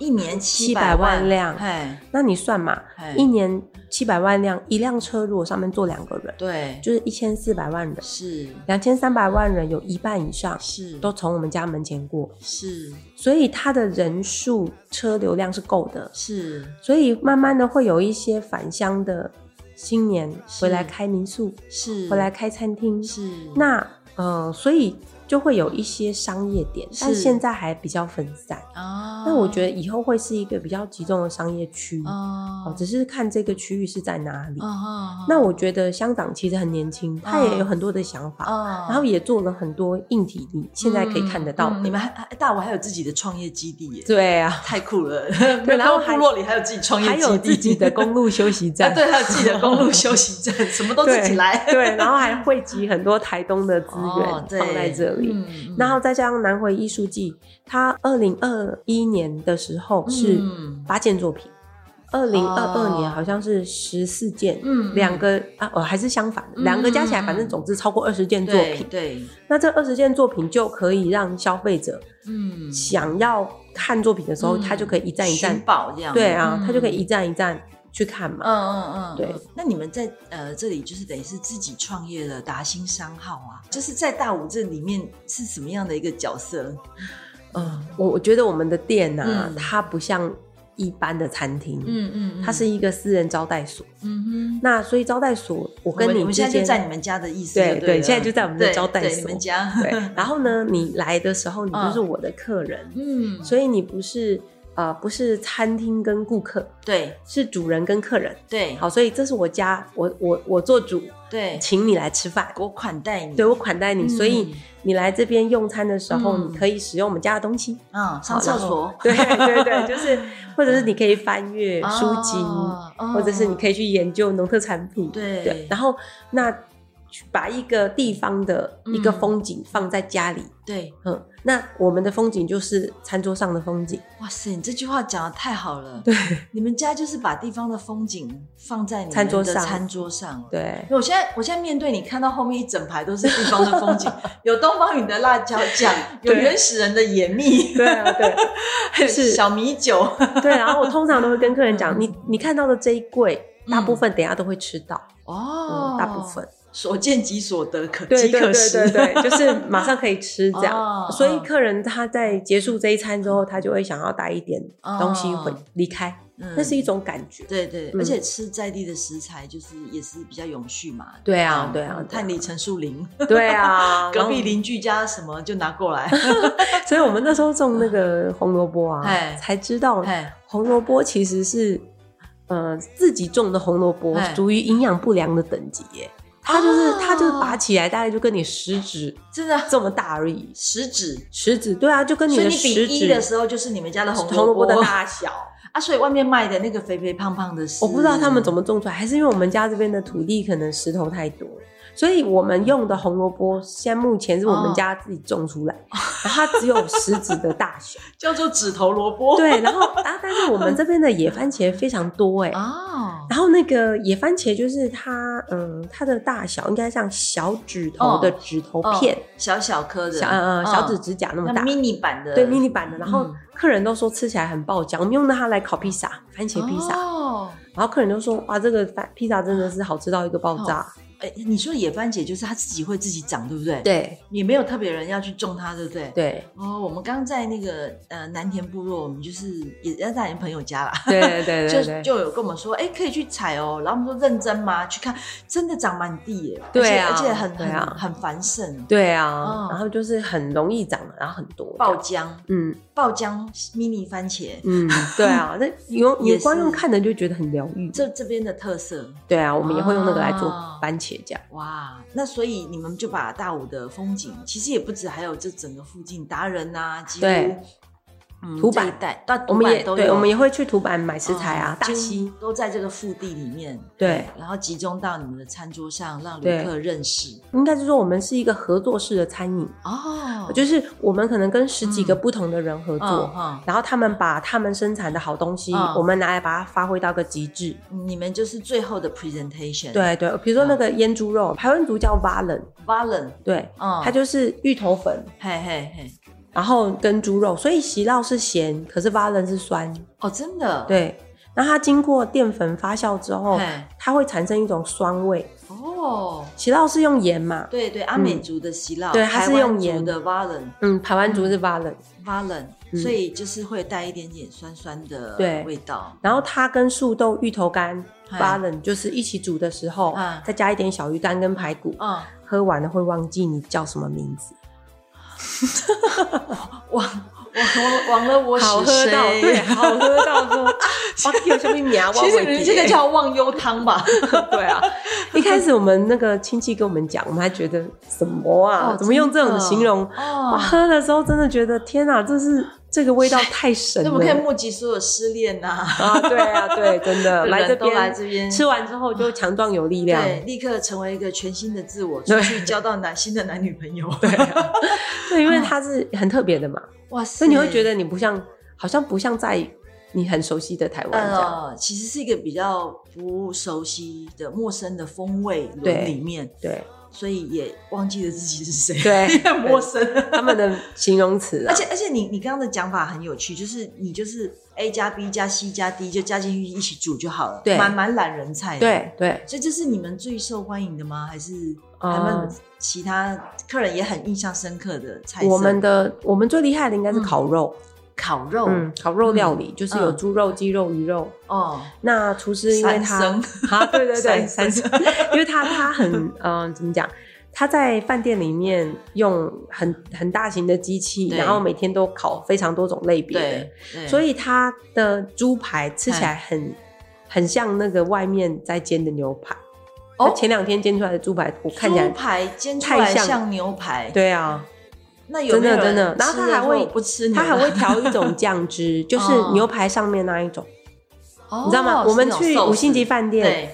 S2: 一年七
S1: 700
S2: 万
S1: 万辆
S2: 哎，
S1: 那你算嘛
S2: 哎，
S1: 一年七百万辆，一辆车如果上面坐两个人，
S2: 对，
S1: 就是一千四百万人，
S2: 是
S1: 两千三百万人有一半以上
S2: 是
S1: 都从我们家门前过，
S2: 是
S1: 所以它的人数车流量是够的，
S2: 是
S1: 所以慢慢的会有一些返乡的青年回来开民宿，
S2: 是
S1: 回来开餐厅，
S2: 是
S1: 那呃，所以就会有一些商业点，但
S2: 是
S1: 现在还比较分散。
S2: 啊
S1: 那我觉得以后会是一个比较集中的商业区，
S2: 啊
S1: 哦，只是看这个区域是在哪里。
S2: 啊
S1: 那我觉得乡长其实很年轻，他
S2: 嗯
S1: 也有很多的想法，
S2: 啊
S1: 然后也做了很多硬体，你现在可以看得到的。
S2: 嗯嗯你们还还大我还有自己的创业基地耶，
S1: *laughs* 对啊，
S2: 太酷了！没有
S1: 然后
S2: 到部
S1: 还
S2: 落里还有自己创业基
S1: 还
S2: 地，
S1: 有自己的公
S2: *laughs*
S1: 路休息
S2: 啊
S1: 站，
S2: 对，还有自己的公路休息站，什么都自己来。
S1: *laughs*
S2: *laughs*
S1: 对，然后还汇集很多台东的资
S2: 哦
S1: 源
S2: 对
S1: 放在这里。
S2: 嗯
S1: 然后再加上南回艺术季，它二零二一年的时候是
S2: 嗯
S1: 八件作品，二零二
S2: 哦
S1: 二年好像是十四件，
S2: 嗯
S1: 两个啊，哦还是相反的，
S2: 嗯
S1: 两个加起来
S2: 嗯
S1: 反正总之超过二十件作
S2: 对
S1: 品。
S2: 对，
S1: 那这二十件作品就可以让消费者
S2: 嗯，
S1: 想要看作品的时候，
S2: 嗯
S1: 他就可以一站一
S2: 寻
S1: 站，
S2: 宝这样，
S1: 对啊，
S2: 嗯
S1: 他就可以一站一站去看嘛。
S2: 嗯嗯嗯，
S1: 对
S2: 嗯。那你们在呃这里就是等于是自己创业的达兴商号啊，就是在大武这里面是什么样的一个角色？
S1: 嗯，我我觉得我们的店呢、啊，
S2: 嗯
S1: 它不像一般的餐厅，
S2: 嗯嗯
S1: 它是一个私人招待所。
S2: 嗯哼。
S1: 那所以招待所，我
S2: 我
S1: 跟
S2: 们
S1: 你
S2: 我们
S1: 之
S2: 现在
S1: 间
S2: 就在你们家的意思就
S1: 对
S2: 了，
S1: 对现在就在我们的
S2: 对
S1: 招待
S2: 对
S1: 所
S2: 你们家，
S1: *laughs* 对，然后呢，你来的时候你就是我的客人，
S2: 嗯，
S1: 所以你不是呃不是餐厅跟顾客，
S2: 对
S1: 是主人跟客人。
S2: 对，
S1: 好，所以这是我家，我我我做主，
S2: 对，
S1: 请你来吃饭，
S2: 我款待你，
S1: 对我款待你，
S2: 嗯
S1: 所以你来这边用餐的时候，
S2: 嗯
S1: 你可以使用我们家的东西， *laughs*
S2: 嗯，上
S1: 好
S2: 厕
S1: 然后 *laughs*
S2: 所
S1: 对对对，
S2: *laughs*
S1: 就是或者是你可以翻阅书籍，
S2: 哦
S1: 或者是你可
S2: 以
S1: 以去研究农特产品，
S2: 对
S1: 然后那去把一个地方的一个风景放在家里，
S2: 对，
S1: 嗯那我们的风景就是餐桌上的风景，
S2: 哇塞，你这句话讲的太好了。
S1: 对
S2: 你们家就是把地方的风景放在你们的
S1: 餐桌上
S2: 餐桌上了。
S1: 对
S2: 我现在，我现在面对你，看到后面一整排都是地方的风景，有东方雨的辣椒酱，有
S1: 对
S2: 原始人的野蜜，
S1: 对啊 *laughs* 对
S2: 还有
S1: 是
S2: 小米酒，
S1: 对，然后我通常都会跟客人讲，你你看到的这一柜，
S2: 嗯
S1: 大部分等一下都会吃到，
S2: 哦
S1: 嗯，大部分
S2: 所见即所得，可
S1: 对
S2: 即
S1: 对
S2: 可
S1: 对
S2: 食。
S1: 对
S2: *laughs*
S1: 对，就是马上可以吃这 *laughs*
S2: 哦
S1: 样，所以
S2: 嗯
S1: 客人他在结束这一餐之后，他就会想要带一点东西回
S2: 哦
S1: 离开，
S2: 嗯
S1: 那是一种感觉。
S2: 对对，
S1: 嗯
S2: 而且吃在地的食材，就是也是比较永续嘛。
S1: 对啊
S2: 嗯
S1: 对啊，
S2: 碳里程树林，
S1: 对 *laughs* 啊，
S2: 隔壁邻居家什么就拿过
S1: *laughs*
S2: 来。
S1: 所以我们那时候种那个红萝卜啊
S2: 哎，
S1: 才知道
S2: 哎，
S1: 红萝卜其实是，呃，自己种的红萝卜
S2: 哎
S1: 属于营养不良的等级耶。它就是、
S2: 哦
S1: 它就是拔起来大概就跟你食指
S2: 真的
S1: 这么大而已，
S2: 食指，
S1: 食指对啊，就跟
S2: 所以
S1: 的
S2: 你比
S1: 食
S2: 一的
S1: 指
S2: 时候就是你们家的红
S1: 红萝卜
S2: 卜
S1: 的大小。
S2: 啊，所以外面卖的那个肥肥胖胖的是，
S1: 我不知道他们怎
S2: 么
S1: 么种出来，还是因为我们家这边的土地可能石头太多，所以我们用的红萝卜现在目前是我
S2: 哦
S1: 们家自己种出来，然后它只有食指的大小。
S2: 叫做指头萝卜。
S1: 对，然后啊，但是我们这边的野番茄非常多哎、
S2: 哦，
S1: 然后那个野番茄就是它，嗯，它的大小应该像小指头
S2: 哦
S1: 的指头片，
S2: 小小颗的，
S1: 小呃
S2: 嗯
S1: 小指指甲那么
S2: 那
S1: 大，
S2: mini 版的，
S1: 对 mini 版的。然后
S2: 嗯
S1: 客人都说吃起来很爆浆，我们用它来烤披萨，番茄披萨。
S2: 哦
S1: 然后客人都说哇，这个番披萨真的是好吃到一个爆炸。
S2: 哎，你说野番茄就是它自己会自己长，对不对？，
S1: 对
S2: 也没有特别人要去种它，对不对？。
S1: 对
S2: 哦，我们刚刚在那个呃南田部落，我们就是也要在你朋友家啦，
S1: 对对
S2: *laughs*
S1: 对
S2: 就
S1: 对对，
S2: 就有跟我们说，哎、可以去采哦。然后我们说认真吗？去看，真的长满地耶，
S1: 对啊
S2: 而且而且很
S1: 对
S2: 很、
S1: 啊
S2: 很繁盛，
S1: 对啊，
S2: 嗯
S1: 然后就是很容易长，然后很多这
S2: 爆
S1: 样。
S2: 浆，
S1: 嗯
S2: 爆浆 mini 番茄，
S1: 嗯，对
S2: *laughs*
S1: 啊，那用
S2: 也
S1: 你
S2: 是嗯
S1: 光用看的就觉得很疗愈。
S2: 这这边的特色，
S1: 对啊，我们也会用那个来做
S2: 啊
S1: 番茄酱。
S2: 哇！那所以你们就把大武的风景，其实也不止，还有这整个附近达人啊，几乎
S1: 对
S2: 嗯
S1: 土板
S2: 这一带，到
S1: 我
S2: 土
S1: 们
S2: 板
S1: 也
S2: 都
S1: 对，
S2: 有，
S1: 我们也会去土板买食材啊
S2: 嗯，
S1: 大
S2: 几乎
S1: 溪。
S2: 都在这个腹地里面，
S1: 对，
S2: 然后集中到你们的餐桌上，让旅
S1: 对
S2: 客认识
S1: 应该是说我们是一个合作式的餐饮，
S2: 哦
S1: 就是我们可能跟十几个不同的人合
S2: 嗯
S1: 作，
S2: 嗯
S1: 然后他们把他们生产的好东西，
S2: 嗯
S1: 我们拿来把它发挥到个极致。
S2: 你们就是最后的 presentation，
S1: 对对，比如说那个
S2: 嗯
S1: 腌猪肉，台湾族叫 valen，
S2: ，Valen，
S1: 对，
S2: 嗯，
S1: 它就是芋头粉，
S2: 嘿嘿嘿，
S1: 然后跟猪肉，所以席烙是咸，可是 valen 是酸，
S2: 哦，真的，，
S1: 对。那它经过淀粉发酵之后
S2: 嘿，
S1: 它会产生一种酸味。
S2: 哦，
S1: 席烙是用盐嘛？
S2: 对对，阿美族的希腊，
S1: 嗯对它是用
S2: 台湾
S1: 盐
S2: 族的 Valen
S1: 嗯，台湾族是 valen。
S2: Valen，、
S1: 嗯
S2: 所以就是会带一点点酸酸的
S1: 对
S2: 味道。
S1: 然后它跟素豆、芋头干、
S2: 嗨
S1: 巴冷就是一起煮的时候
S2: 啊，
S1: 再加一点小鱼干跟排骨，
S2: 嗯，
S1: 喝完了会忘记你叫什么名字。
S2: 忘忘忘忘了我是谁？
S1: 好喝到对，好喝到
S2: *laughs*
S1: 说啊，我有什么名啊？
S2: 其实你这个
S1: 叫
S2: 叫忘哎忧汤吧？ *laughs*
S1: 对啊。 *laughs* 一开始我们那个亲戚跟我们讲，我们还觉得什么啊？
S2: 哦
S1: 怎么用这种形容？ *laughs* 哇，
S2: 哦，
S1: 喝的时候真的觉得天哪，这是
S2: *laughs*
S1: 这个味道太神
S2: 那我们可以
S1: 了。
S2: 募集所有失恋呐、
S1: 啊，对啊，
S2: *laughs*
S1: 对，真的 *laughs*
S2: 人
S1: 来这
S2: 都来
S1: 边
S2: 这边
S1: 吃完之后就强壮有力量。
S2: 对，立刻成为一个全新的自我，出
S1: 对
S2: 去交到男新的男女
S1: *laughs*
S2: 朋友。
S1: 对，因为它是很特别的嘛。
S2: 哇塞！
S1: 所以你会觉得你不像，好像不像在你很熟悉的台湾这样。
S2: 呃，其实是一个比较不熟悉的、陌生的风味轮
S1: 对
S2: 里面，
S1: 对，
S2: 所以也忘记了自己是谁，
S1: 对
S2: *laughs* 很陌生。
S1: 他们的形容词、啊，
S2: *laughs* 而且而且你你刚刚的讲法很有趣，就是你就是 A 加 B 加 C 加 D 就加进去一起煮就好了，
S1: 对
S2: 蛮蛮懒人菜的。，
S1: 对对，
S2: 所以这是你们最受欢迎的吗？还是
S1: 呃
S2: 还们其他客人也很印象深刻的菜色？
S1: 我们的我们最厉害的应该
S2: 嗯
S1: 是烤肉，
S2: 烤肉，
S1: 嗯，烤肉料理、就是
S2: 嗯
S1: 有猪肉、鸡肉、鱼肉。
S2: 哦，
S1: 那厨师因为他
S2: 三
S1: 啊，对对对，
S2: *laughs* 三
S1: 三
S2: 生
S1: 生， *laughs* 因为他他很嗯、呃怎么讲？他在饭店里面用很很大型的机器，
S2: 对
S1: 然后每天都烤非常多种类别的，
S2: 对，对
S1: *laughs*
S2: 嗯
S1: 所以它的猪排吃起来很很像那个外面在煎的牛排。
S2: 哦
S1: 哦，前两天煎出来的猪排，我看起
S2: 猪
S1: 来，
S2: 排煎出
S1: 太
S2: 来
S1: 像
S2: 像牛排，
S1: 对啊，
S2: 那有没有人
S1: 真的真的然后
S2: 吃了
S1: 他还会
S2: 说我不吃牛
S1: 它
S2: 排，
S1: 还会调一种酱汁，就是牛排上面那一种，你知道吗？
S2: *laughs* 嗯哦
S1: 我们
S2: 是那种
S1: 去
S2: sauce
S1: 五星级饭店，
S2: 对嗯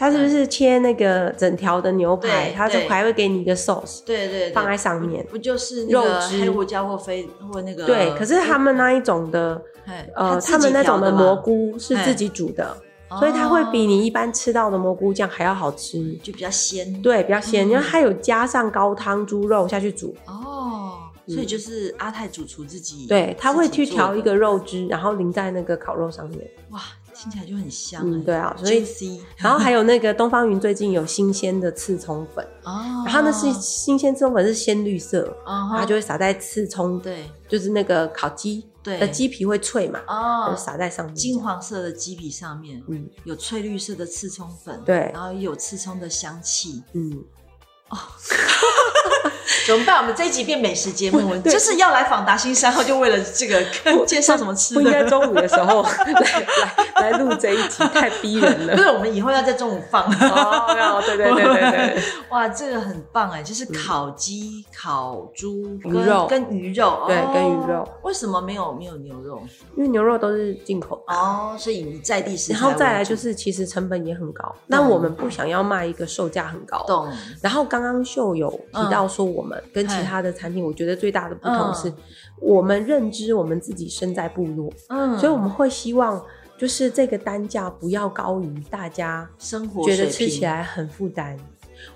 S1: 它是不是切那个整条的牛排
S2: 对，
S1: 它就
S2: 对
S1: 还会给你一个 sauce
S2: 对对
S1: 放在
S2: 对，
S1: 上面。
S2: 不就是那个
S1: 肉汁
S2: 黑胡椒或非或那个
S1: 对，可是他们那一种的，
S2: 哎
S1: 呃，
S2: 嗯自己
S1: 他们那种
S2: 调
S1: 的
S2: 吗
S1: 蘑菇是
S2: 哎
S1: 自己煮的，所以它会比
S2: 哦
S1: 你一般吃到的蘑菇酱还要好吃。
S2: 就比较鲜。
S1: 对，比较鲜，
S2: 嗯
S1: 因为它有加上高汤猪肉下去煮，
S2: 哦，所以就是阿泰主厨自己
S1: 嗯对，他会
S2: 自己
S1: 去
S2: 做
S1: 调一
S2: 的
S1: 个肉汁，然后淋在那个烤肉上面。
S2: 哇，听起来就很香哎。
S1: 嗯，对啊，所以
S2: *laughs* juicy
S1: 然后还有那个东方云最近有新鲜的刺葱粉，
S2: 哦，
S1: 然后那是新鲜刺葱粉是鲜绿色，然后它
S2: 啊
S1: 就会撒在刺葱，
S2: 对
S1: 就是那个烤鸡
S2: 对
S1: 的鸡皮会脆嘛，
S2: 哦
S1: 就，撒在上面。
S2: 金黄色的鸡皮上面
S1: 嗯
S2: 有翠绿色的刺葱粉，
S1: 对
S2: 然后也有刺葱的香气。
S1: 嗯，
S2: 怎么办？我们这一集变美食节
S1: *laughs*
S2: 目，我们就是要来访达新山后，就为了这个 *laughs* 介绍什么吃
S1: 不应该
S2: 的。
S1: 中午的时候 *laughs* 来来来录这一集，太逼人
S2: *laughs*
S1: 了。
S2: 不是，我们以后要在中午
S1: *laughs*
S2: 放。
S1: 哦，对对对对对，
S2: 哇，这个很棒哎，就是烤鸡、烤猪、
S1: 嗯鱼
S2: 跟
S1: 肉
S2: 跟鱼肉，
S1: 对
S2: 哦
S1: 跟鱼肉。
S2: 为什么没有没有牛肉？
S1: *laughs* 因为牛肉都是进口的，
S2: 哦，所以你在地食材
S1: 然后再来
S2: 为主
S1: 就是其实成本也很高，那我们不想要卖一个售价很高的。
S2: 懂
S1: 然后刚刚秀有提到说，我们跟其他的餐厅，我觉得最大的不同是，我们认知我们自己身在部落，
S2: 嗯，
S1: 所以我们会希望就是这个单价不要高于大家
S2: 生活
S1: 觉
S2: 水
S1: 得吃
S2: 平
S1: 起，来很负担。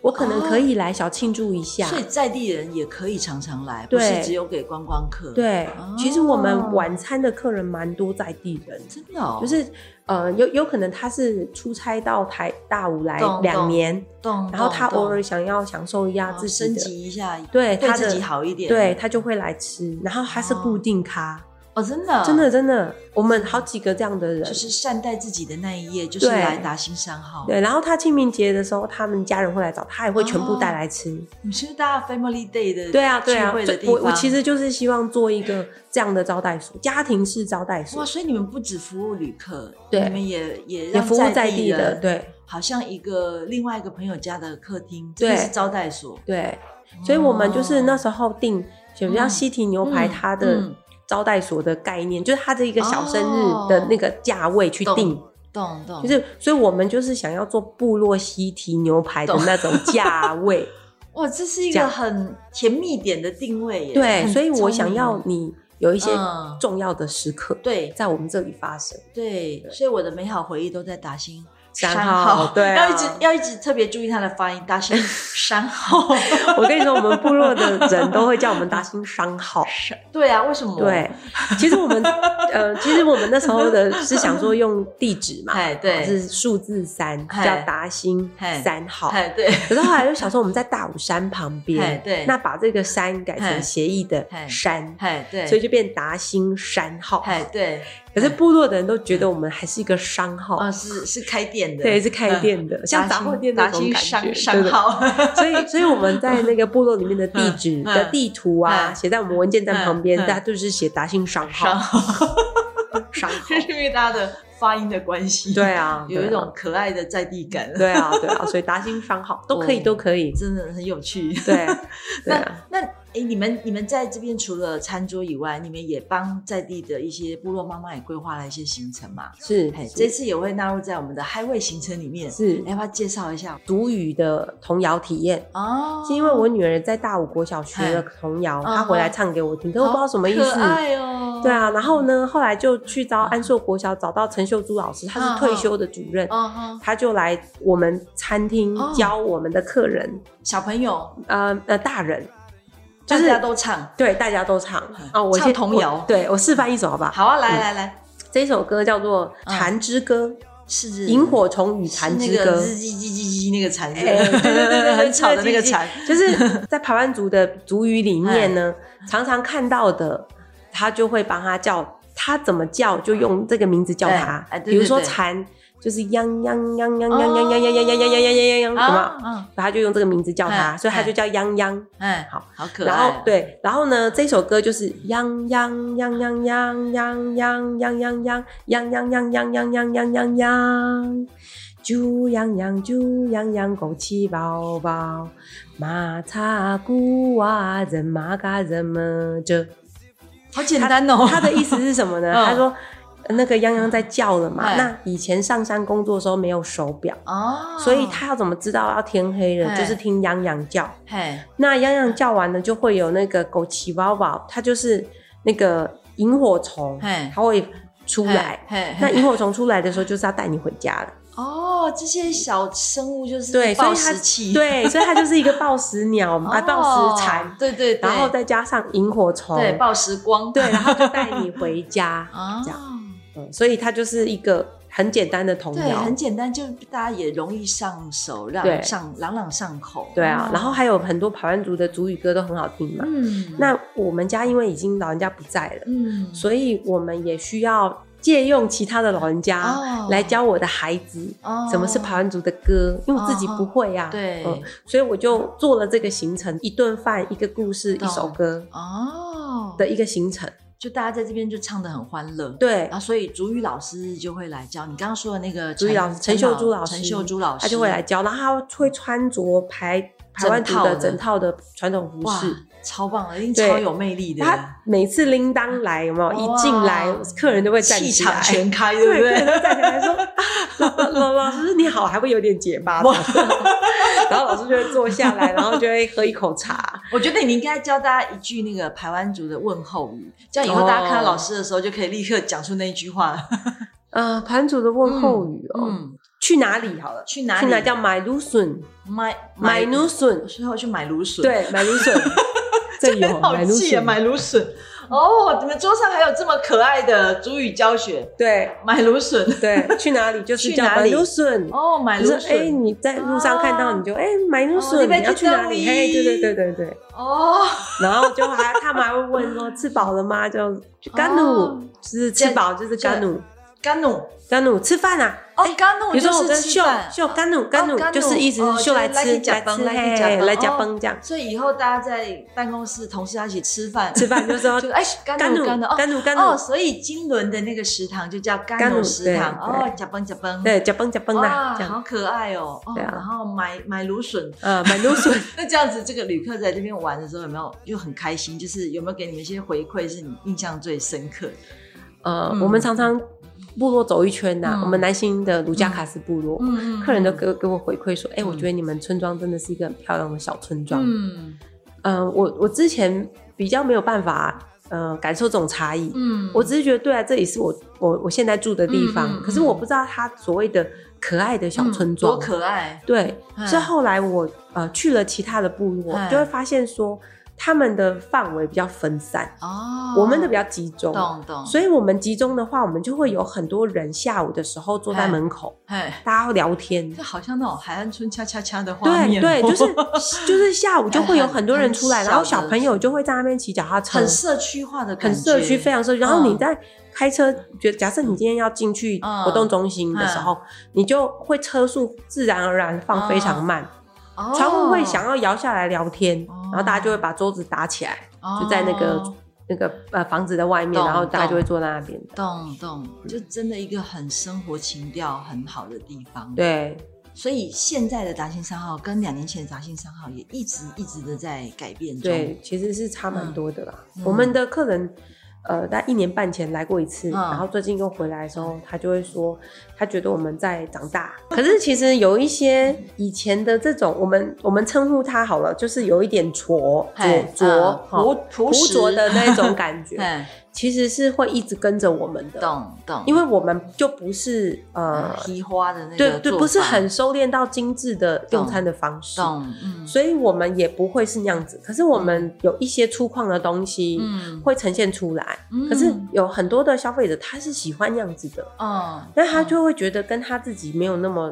S1: 我可能可以来小庆祝一下，
S2: 所以在地人也可以常常来，不
S1: 对
S2: 是只有给观光客。，
S1: 对
S2: 哦。
S1: 其实我们晚餐的客人蛮多在地人，
S2: 真的哦，
S1: 就是呃有有可能他是出差到台大武来
S2: 懂
S1: 两
S2: 懂
S1: 年，
S2: 动，
S1: 然后他
S2: 动
S1: 偶尔想要享受一下
S2: 动
S1: 啊自
S2: 哦
S1: 己
S2: 升
S1: 的。
S2: 级一下，
S1: 对
S2: 对
S1: 他
S2: 自
S1: 的
S2: 己好一点。
S1: 对，他就会来吃，然后他是固定咖， *laughs*
S2: 哦，真的
S1: 真的真的，我们好几个这样的人，
S2: 就是善待自己的那一页，就是
S1: 对
S2: 来达新山号。
S1: 对。然后他清明节的时候，他们家人会来找他，也会全部带来吃。
S2: 你是不是大家 Family Day 的
S1: 对啊，对
S2: 哦聚
S1: 啊
S2: 会的，地
S1: 我我
S2: 方
S1: 其实就是希望做一个这样的招待所，家庭式招待
S2: 哇，
S1: 所，
S2: 所以你们不只服务旅客，
S1: 对
S2: 你们也也
S1: 也
S2: 让
S1: 服务在
S2: 地
S1: 地的，
S2: 人，，
S1: 对
S2: 好像一个另外一个朋友家的客厅，
S1: 对
S2: 这是招待所，
S1: 对。所以我们就是那
S2: 哦
S1: 时候定，选像西提牛排
S2: 嗯
S1: 它的
S2: 嗯
S1: 招待所的概念，就是它的一个小生日的那个价位去
S2: 懂
S1: 定。
S2: 懂懂，
S1: 就是，所以我们就是想要做部落西提牛排的那种价位，
S2: 哇，这是一
S1: 这
S2: 个
S1: 样
S2: 很甜蜜点的定位耶，
S1: 对，
S2: 很
S1: 所以我想
S2: 聪
S1: 要
S2: 明
S1: 你有一些
S2: 嗯
S1: 重要的时刻
S2: 对
S1: 在我们这里发生，
S2: 对，所以我的美好回忆都在达兴
S1: 山
S2: 号，
S1: 号对啊
S2: 要一直要一直特别注意它的发音，
S1: *laughs*
S2: 达兴山号， *laughs*
S1: 我跟你说，我们部落的人都会叫我们达兴商号，
S2: 对啊，为什么？
S1: 对，其实我们呃，其实我们那时候的是想说用地址嘛，
S2: 哎对
S1: 啊是数字三，
S2: 哎
S1: 叫达兴
S2: 哎
S1: 三号。
S2: 哎对，
S1: 可是后来就想说我们在大武山旁
S2: 哎
S1: 边，
S2: 对
S1: 那把这个山改
S2: 哎
S1: 成协议的
S2: 哎
S1: 山，
S2: 哎对，
S1: 所以就变达兴山号。
S2: 哎对，
S1: 可是部落的人都觉得我们还是一个商号，
S2: 哦是是开店的，
S1: 对，是开店的，像
S2: 达
S1: 杂
S2: 兴
S1: 货店那
S2: 达
S1: 种
S2: 兴
S1: 感觉，
S2: 商
S1: 对
S2: 商
S1: 对。 *laughs*
S2: 号，
S1: 所以，所以我们在那个部落里面的地址
S2: *laughs* 嗯嗯
S1: 的地图啊，
S2: 嗯
S1: 写在我们文件站旁边，
S2: 嗯嗯
S1: 大家就是写达兴商
S2: 商 *laughs*
S1: 号，
S2: 号，
S1: 商号。
S2: 是因为大家的发音的关系，
S1: 对，啊，
S2: *laughs* 有一
S1: 对啊
S2: 种可爱的在地感，
S1: 对啊，对啊，所以达兴商
S2: *laughs*
S1: 号都可以，
S2: 哦
S1: 都可以。
S2: 真的很有趣，
S1: *laughs* 对，对啊，
S2: *laughs* 那那诶，你们你们在这边除了餐桌以外，你们也帮在地的一些部落妈妈也规划了一些行程嘛？
S1: 是
S2: 哎，这
S1: 是
S2: 次也会纳入在我们的 highway 行程里面，
S1: 是
S2: 要不要介绍一下？
S1: 独语的童谣体验。
S2: 哦
S1: 是因为我女儿在大武国小学了童谣，
S2: 嗯
S1: 她回来唱给我听，可是我不知道什么意
S2: 好可
S1: 思。
S2: 爱哦，嗯
S1: 对，啊，然后呢，后来就去招安硕国小，找到陈秀珠老师，他是退休的主任，
S2: 嗯哼，
S1: 他就来我们餐厅
S2: 哦
S1: 教我们的客人，
S2: 小朋友，
S1: 呃呃，大人，就
S2: 大
S1: 是
S2: 家都唱，
S1: 对大家都唱
S2: 嗯
S1: 啊，我
S2: 唱
S1: 先
S2: 童谣
S1: 我对我示范一首好不好？
S2: 好啊，来来来，
S1: 这首歌叫做《
S2: 嗯
S1: 蝉之歌》，
S2: 是
S1: 萤火虫与
S2: 是
S1: 蝉
S2: 那
S1: 之
S2: 个
S1: 歌
S2: 日。叽叽叽叽那个蝉，
S1: 哎对对对对对
S2: 很吵的那个蝉，
S1: 就是在排湾族的族语里面呢，常常看到的，他就会帮他叫，他怎么叫就用这个名字叫他
S2: 哎哎。对
S1: 比如说
S2: 对对
S1: 蝉，就是泱泱泱泱泱泱泱泱泱泱泱泱泱泱，什么？
S2: 啊，
S1: 他就用这个名字叫
S2: 哎
S1: 他，所以他就叫泱泱。
S2: 嗯，哎，
S1: 好，
S2: 好可爱，
S1: 然后，对，然后呢，这首歌就是泱泱泱泱泱泱泱泱泱泱泱泱泱泱泱泱泱泱泱，猪羊羊猪羊羊枸杞宝宝，马叉古哇人马嘎人么着。
S2: 好简单哦，
S1: 他的意思是什么呢？
S2: 嗯
S1: 他说那个泱泱在叫了嘛。
S2: 哎
S1: 那以前上山工作的时候没有手表，
S2: 哦，
S1: 所以他要怎么知道要天黑了？
S2: 哎
S1: 就是听泱泱叫。
S2: 嘿，
S1: 那泱泱叫完了，就会有那个枸杞宝宝，它就是那个萤火虫，
S2: 嘿
S1: 它会出来。
S2: 嘿，嘿
S1: 那萤火虫出来的时候，就是要带你回家了。
S2: 哦，这些小生物就是
S1: 对，所以
S2: 报
S1: 它
S2: 时器，
S1: 对，所以它就是一个报时鸟
S2: *laughs* 哦，
S1: 啊，报时蝉，
S2: 对对，对
S1: 然后再加上萤火虫，
S2: 对报时光，
S1: 对，然后就带你回家。
S2: *laughs* 啊
S1: 这。嗯，所以它就是一个很简单的童
S2: 对，
S1: 谣
S2: 很。简单，就大家也容易上手，
S1: 对
S2: 让上朗朗上口。
S1: 对啊
S2: 哦，
S1: 然后还有很多排湾族的族语歌都很好听嘛。
S2: 嗯，
S1: 那我们家因为已经老人家不在了，
S2: 嗯，
S1: 所以我们也需要借用其他的老人家
S2: 哦
S1: 啊来教我的孩子
S2: 哦
S1: 什么是排湾族的歌，因为我自己不会呀、啊。
S2: 对
S1: 嗯所以我就做了这个行程，一顿饭、一个故事、一
S2: 懂
S1: 首歌
S2: 哦，
S1: 的，一个行程。
S2: 就大家在这边就唱的很欢乐。
S1: 对
S2: 然，后所以竹语老师就会来教你刚刚说的那个
S1: 竹语老师陈秀珠老师
S2: 陈秀珠老师
S1: 他就会来教，然后他会穿着排排湾族的整
S2: 整
S1: 套的传统服
S2: 哇
S1: 饰。，
S2: 超棒的，一定
S1: 对
S2: 超有魅力的，
S1: 他每次铃铛来有没有？一进来
S2: 哇，
S1: 客人都会站
S2: 气
S1: 起
S2: 场
S1: 来， *laughs*
S2: 全开，对
S1: 对，
S2: 不
S1: 客人
S2: 对？
S1: 都站起来说：“啊老老老师你好，还会有点结巴。” *laughs* 然后老师就会坐下来，然后就会喝一口茶。
S2: 我觉得你应该教大家一句那个排湾族的问候语，这样以后
S1: 哦
S2: 大家看到老师的时候就可以立刻讲出那一句话。
S1: 呃，团主的问候语哦，
S2: 嗯，
S1: 去哪里好了？
S2: 去哪
S1: 去
S2: 里
S1: 哪叫买芦笋？
S2: 买
S1: 买芦笋，
S2: 最后去买芦笋，， *laughs*
S1: 对，买芦笋。这里有
S2: 好
S1: 买芦
S2: 气啊，
S1: 笋，
S2: 买芦笋。哦，你们桌上还有这么可爱的主语教学，
S1: 对
S2: 买芦笋。
S1: 对，去哪里就是
S2: 去
S1: 叫
S2: 哪
S1: 买
S2: 里
S1: 芦笋。
S2: 哦，买
S1: 就
S2: 芦
S1: 是哎、
S2: 笋。
S1: 你在路上看到
S2: 哦
S1: 你就哎、买芦
S2: 哦
S1: 笋，
S2: 你被
S1: 你要去哪里？
S2: 记到
S1: 嘿，对对
S2: 你
S1: 对对对。
S2: 哦，
S1: 然后就还他们还会问
S2: *laughs*
S1: 说吃饱了吗？就就甘
S2: 哦
S1: 努，就是吃饱就是
S2: 这
S1: 甘努，
S2: 甘努。
S1: 甘努吃饭啊。
S2: 哦，甘努
S1: 比如说我
S2: 就
S1: 跟
S2: 是吃
S1: 秀
S2: 饭。
S1: 秀甘努甘努
S2: 甘努
S1: 就是意思
S2: 哦
S1: 是秀来
S2: 就是来
S1: 吃
S2: 去夹崩来去
S1: 来
S2: 夹
S1: 嘿
S2: 崩
S1: 来夹
S2: 哦
S1: 崩这样
S2: 所以以后大家在办公室同事要一起吃饭，
S1: 吃饭就说
S2: 就哎甘
S1: 甘
S2: 努
S1: 努
S2: 甘努哦
S1: 甘努甘
S2: 哦，
S1: 努，
S2: 所以金轮的那个食堂就叫甘
S1: 甘
S2: 努
S1: 露
S2: 食堂
S1: 对
S2: 哦，甲崩甲崩，，
S1: 对夹崩夹崩啦
S2: 哇，
S1: 这样
S2: 好可爱哦，哦
S1: 对啊
S2: 然后买买芦笋，
S1: 呃买芦笋
S2: 那这样子，这个旅客在这边玩的时候有没有就很开心？就是有没有给你们一些回馈是你印象最深刻的？
S1: 呃
S2: 嗯
S1: 我们常常部落走一圈呐
S2: 嗯，
S1: 我们南兴的卢加卡斯部落。
S2: 嗯
S1: 客人都给我给我回馈说，哎、
S2: 嗯
S1: 我觉得你们村庄真的是一个很漂亮的小村庄。
S2: 嗯
S1: 嗯、我我之前比较没有办法，呃，感受这种差异。
S2: 嗯
S1: 我只是觉得，对啊，这里是我我我现在住的地方，
S2: 嗯嗯嗯
S1: 可是我不知道它所谓的可爱的小村
S2: 嗯
S1: 庄。
S2: 多可爱，
S1: 对，
S2: 嗯
S1: 所以后来我呃去了其他的部落，
S2: 嗯
S1: 就会发现说他们的范围比较分散，
S2: 哦
S1: 我们的比较集中。
S2: 懂懂，
S1: 所以我们集中的话，我们就会有很多人下午的时候坐在
S2: 嗯
S1: 门口，
S2: 以哎，
S1: 大家会聊天
S2: 这。好像那种海岸村恰恰恰的画
S1: 对
S2: 面， *laughs*
S1: 对，就是就是下午就会有很多人出来，
S2: 很
S1: 然后
S2: 小的
S1: 小朋友就会在那边骑脚踏车，
S2: 很社区化的感
S1: 很
S2: 觉，
S1: 社区，非常社区。然后
S2: 嗯
S1: 你在开车，就假设你今天要进去活动中心的时候，
S2: 嗯
S1: 你就会车速自然而然放非常慢，
S2: 哦
S1: 窗户会想要摇下来聊天，
S2: 哦
S1: 然后大家就会把桌子打起来，
S2: 哦
S1: 就在那个那个呃房子的外面，
S2: 懂
S1: 然后大家
S2: 懂
S1: 就会坐在那边。
S2: 懂懂，就真的一个很生活情调很好的地方。，
S1: 对，
S2: 所以现在的达兴三号跟两年前的达兴三号也一直一直的在改变中。
S1: 对，其实是差蛮多的啦。
S2: 嗯
S1: 我们的客人，呃，在一年半前来过一次，
S2: 嗯
S1: 然后最近又回来的时候，他就会说，他觉得我们在长大。可是其实有一些以前的这种，我们我们称呼他好了，就是有一点拙
S2: 嘿
S1: 拙拙
S2: 嗯
S1: 哈
S2: 朴朴
S1: 朴拙
S2: 实
S1: 的那种感
S2: *laughs*
S1: 觉，
S2: 哎，
S1: 其实是会一直跟着我们的，
S2: 懂懂，
S1: 因
S2: 为
S1: 为我们就不是呃，
S2: 提花嗯的那个
S1: 对对，
S2: 做
S1: 不是
S2: 法
S1: 很收敛到精致的用餐的方式。
S2: 懂，嗯
S1: 所以我们也不会是那样子。可是我们有一些粗犷的东西
S2: 嗯，
S1: 会呈现出来，
S2: 嗯
S1: 可是有很多的消费者他是喜欢那样子的，
S2: 嗯，
S1: 那他就会觉得跟他自己没有那么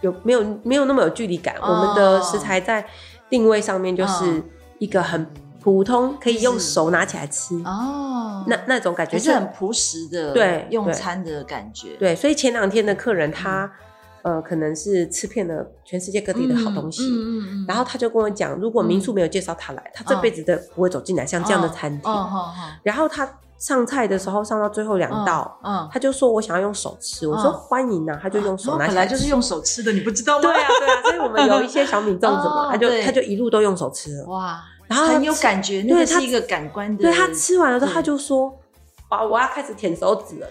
S1: 有没有没有那么有距离感。
S2: 哦
S1: 我们的食材在定位上面就是
S2: 嗯
S1: 一个很普通，可以用
S2: 就是
S1: 手拿起来吃，
S2: 哦，
S1: 那那种感觉
S2: 还是很朴实的
S1: 对
S2: 用
S1: 对
S2: 餐的感觉，
S1: 对。所以前两
S2: 嗯
S1: 天的客人他。呃，可能是吃遍了全世界各地的好东西，
S2: 嗯嗯嗯嗯，嗯
S1: 然后他就跟我讲，如果民宿没有介绍他来，他这辈子都不会走进来像这样的餐厅。
S2: 哦哦哦
S1: 然后他上菜的时候上到最后两道，
S2: 嗯，
S1: 他就说我想要用手吃，我说
S2: 嗯
S1: 欢迎啊，他就用手
S2: 我
S1: 拿
S2: 哦本
S1: 起
S2: 来
S1: 来
S2: 就
S1: 吃。
S2: 是用手吃的，你不知道吗？
S1: 对啊，对啊，所以我们有一些小民众怎么，
S2: 哦
S1: 他就
S2: 对
S1: 他就一路都用手吃了，
S2: 哇，
S1: 然后他
S2: 很有
S1: 吃。
S2: 感觉，那
S1: 对
S2: 个
S1: 他
S2: 是一个感官的，
S1: 对他吃完了之后，
S2: 对
S1: 他就说：“啊，我要开始舔手指了。”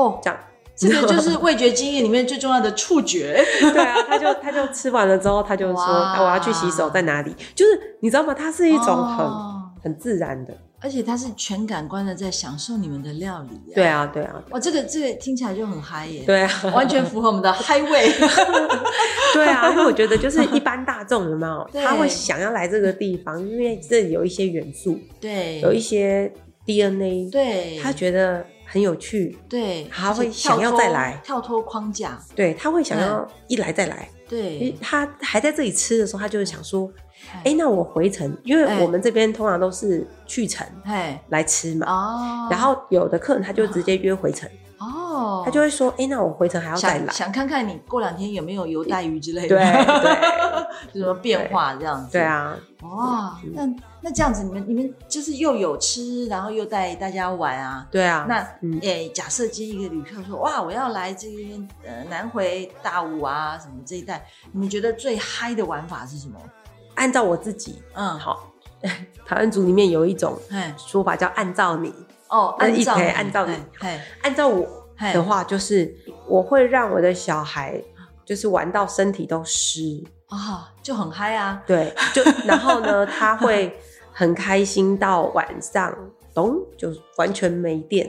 S2: 哦，
S1: 这样。
S2: 这个 *laughs* 就是味觉经验里面最重要的触觉。 *laughs*
S1: 对啊，他就他就吃完了之后，他就说、
S2: 哇
S1: 啊、我要去洗手，在哪里？就是你知道吗？它 *laughs* 是一种很、
S2: 哦
S1: 很自然的。
S2: 而且它是全感官的在享受你们的料理、啊。
S1: 对，啊，对啊，
S2: 哇，这个这个听起来就很嗨耶，，
S1: 对啊，
S2: 完全符合我们的嗨 *laughs* 味。
S1: 对啊，因为我觉得就是一般大众有没有，
S2: *laughs* 对
S1: 他会想要来这个地方，因为这里有一些元素，
S2: 对，
S1: *laughs* 有一些 DNA，
S2: 对，
S1: 他觉得很有趣，
S2: 对，
S1: 他
S2: 而且
S1: 会
S2: 跳
S1: 想要
S2: 脱
S1: 再来
S2: 跳脱框架，
S1: 对他会想要一来再来。因为
S2: 嗯对，
S1: 他还在这里吃的时候，他就是想说，哎、
S2: 哎
S1: 那我回程，因为
S2: 哎
S1: 我们这边通常都是去程
S2: 哎
S1: 来吃嘛，
S2: 哦，
S1: 然后有的客人他就直接约回程，
S2: 哦，
S1: 他就会说，哎、那我回程还要再
S2: 想
S1: 来。
S2: 想看看你过两天有没有油带鱼之类的，
S1: 对
S2: *laughs*
S1: 对
S2: 有什么变化这样子，
S1: 对，啊，
S2: 哇，
S1: 嗯
S2: 那那这样子你们你们就是又有吃，然后又带大家玩啊，
S1: 对啊，
S2: 那
S1: 嗯
S2: 诶、假设今天一个旅客说：“哇，我要来这边呃南回大武啊什么这一带，你们觉得最嗨的玩法是什么
S1: 按照我自己？” *laughs*
S2: 嗯，，
S1: 好，台湾族里面有一种
S2: 哎，
S1: 说法叫按照你，
S2: 哦，按照
S1: 那一按照你
S2: 嘿，
S1: 按照我
S2: 嘿，
S1: 的话，就是我会让我的小孩就是玩到身体都湿，
S2: 啊、就很嗨啊，
S1: 对，就然后呢，他会很开心到晚上，咚，就完全没电，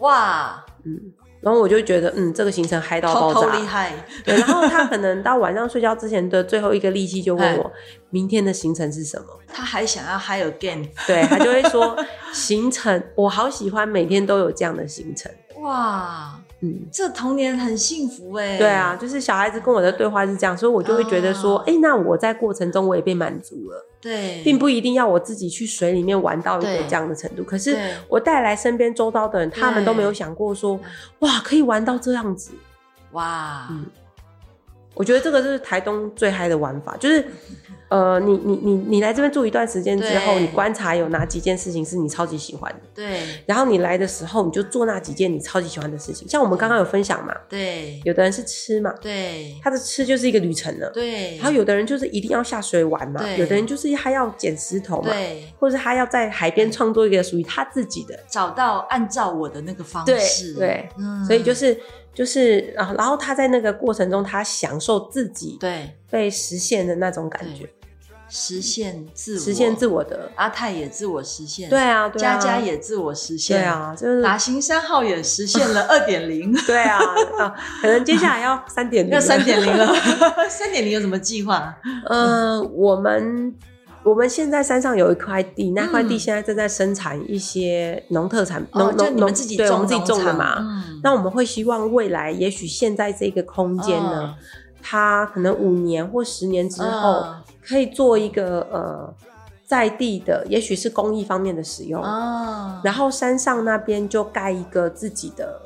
S2: 哇，
S1: 嗯，然后我就觉得，嗯，这个行程嗨到
S2: 偷
S1: 爆
S2: 偷
S1: 炸，
S2: 厉害，
S1: 对，然后他可能到晚上睡觉之前的最后一个力气就
S2: *laughs*
S1: 问我，
S2: 嗯
S1: 明天的行程是什么？
S2: 他还想要嗨 again，
S1: *laughs* 对他就会说，行程我好喜欢，每天都有这样的行程，
S2: 哇，
S1: 嗯。
S2: 这童年很幸福哎、
S1: 对啊，，就是小孩子跟我的对话是这样，所以我就会觉得说，
S2: 哦
S1: 哎、那我在过程中我也被满足了，
S2: 对，
S1: 并不一定要我自己去水里面玩到一个
S2: 嗯对
S1: 这样的程度。可是
S2: 对
S1: 我带来身边周遭的人，他们都没有
S2: 对嗯
S1: 想过说，哇，可以玩到这样子。
S2: 哇，
S1: 嗯我觉得这个就是台东最嗨的玩法，就是。呃，你你你你来这边住一段时间之后，
S2: 对
S1: 你观察有哪几件事情是你超级喜欢的，
S2: 对
S1: 然后你来的时候你就做那几件你超级喜欢的事情。像我们刚刚有分享嘛，
S2: 对
S1: 有的人是吃嘛，
S2: 对
S1: 他的吃就是一个旅程了。
S2: 对，
S1: 然后有的人就是一定要下水玩嘛，
S2: 对
S1: 有的人就是他要捡石头嘛，
S2: 对。
S1: 或者是他要在海边创作一个属于他自己的，
S2: 找到按照我的那个方
S1: 对
S2: 式，
S1: 对
S2: 嗯
S1: 所以就是就是啊，然后他在那个过程中，他享受自己
S2: 对，
S1: 被实现的那种感觉，
S2: 实现自我，
S1: 实现自我的，
S2: 阿泰也自我实现，
S1: 对啊，对
S2: 佳
S1: 啊，
S2: 佳也自我实
S1: 对
S2: 现，，
S1: 啊，就是
S2: 达行三号也实现了二
S1: *laughs*
S2: 点零，
S1: 对
S2: *laughs*
S1: 啊啊，可能接下来要三点零，
S2: 要三点零，了， *laughs* 三点零有什么计划？
S1: 嗯，我们。我们现在山上有一块地，那块地
S2: 嗯
S1: 现在正在生产一些农特产，
S2: 哦
S1: 农
S2: 就
S1: 农
S2: 你
S1: 农
S2: 们自己
S1: 对，我们自己
S2: 农
S1: 种的
S2: 场
S1: 嘛。
S2: 嗯，
S1: 那我们会希望未来，也许现在这个空间
S2: 嗯
S1: 呢，它可能五年或十年之后，
S2: 嗯
S1: 可以做一个呃在地的，也许是公益方面的使用。
S2: 啊，
S1: 然后山上那边就盖一个自己的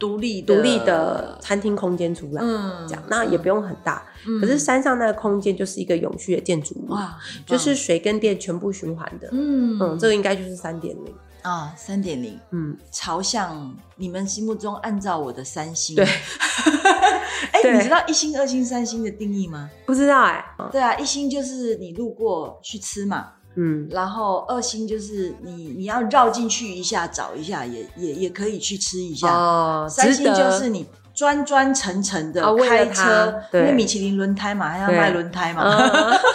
S2: 独立的
S1: 独立的，餐厅空间出来，
S2: 嗯，
S1: 这样那也不用很大。
S2: 嗯，
S1: 可是山上那个空间就是一个永续的建筑物，
S2: 哇，很棒
S1: 就是水跟电全部循环的。
S2: 嗯
S1: 嗯，这个应该就是三点零。
S2: 啊三点零。
S1: 嗯，
S2: 朝向你们心目中按照我的三星，
S1: 对
S2: *laughs* 哎、
S1: 对
S2: 你知道一星、二星、三星的定义吗？
S1: 不知道哎、嗯
S2: 对啊，一星就是你路过去吃嘛，
S1: 嗯，
S2: 然后二星就是你你要绕进去一下找一下，也也也可以去吃一下。
S1: 哦，
S2: 三
S1: 值
S2: 星
S1: 得
S2: 就是你专专程程的
S1: 啊为
S2: 开
S1: 了
S2: 车，
S1: 它
S2: 因
S1: 对
S2: 为米其林轮胎嘛，还要
S1: 对
S2: 卖轮胎嘛，
S1: 嗯
S2: *laughs*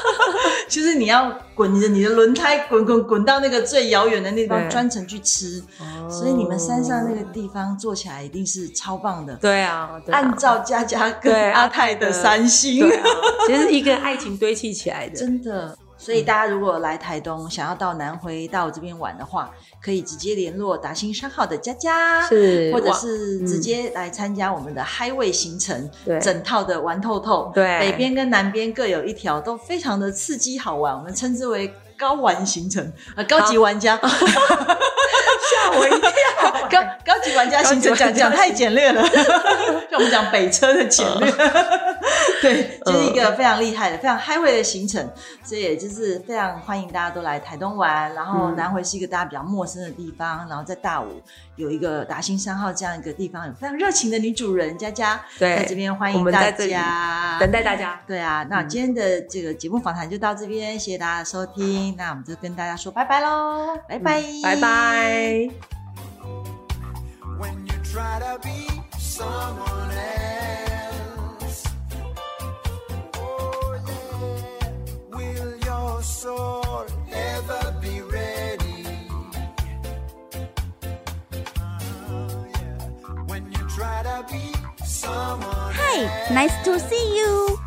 S1: *laughs*
S2: 就是你要滚着你的轮胎滚滚滚到那个最遥远的地方，
S1: 对
S2: 专程去吃。所以你们山上那个地方做起来一定是超棒的。
S1: 哦对啊，对啊
S2: 按照佳佳
S1: 对
S2: 跟阿泰的三星
S1: 对，啊，其实一个爱情堆砌起来的。
S2: *laughs* 真的。所以大家如果来台东，想要到南回到我这边玩的话，可以直接联络达兴商号的佳佳，
S1: 是
S2: 或者
S1: 哇嗯
S2: 是直接来参加我们的嗨味行程，
S1: 对
S2: 整套的玩透透，
S1: 对
S2: 北边跟南边各有一条，都非常的刺激好玩，我们称之为高玩行程，呃，高级
S1: *laughs*
S2: 玩家，
S1: 吓我一跳！
S2: 高高级玩家行程讲讲太简
S1: *laughs*
S2: 略了，就我们讲北车的简
S1: 哦
S2: 略， *laughs* 对，
S1: 嗯
S2: 就是一个非常厉害的、非常嗨味的行程，所以也就是非常欢迎大家都来台东玩。然后
S1: 嗯
S2: 南回是一个大家比较陌生的地方，然后在大武有一个达兴三号这样一个地方，有非常热情的女主人佳佳，
S1: 对
S2: 在这边欢
S1: 我
S2: 迎
S1: 们
S2: 大
S1: 在这里
S2: 家。
S1: 等待嗯大家，
S2: 对啊，那今天的这个节目访谈就到这边，谢谢大家的收听。那我们就跟大家说拜拜喽，拜拜，
S1: 嗯拜拜。
S3: when you try to be someone else. Oh, yeah. Will your soul ever be ready? Oh, yeah. When you try to be someone Oh,
S4: Hi, nice to see you.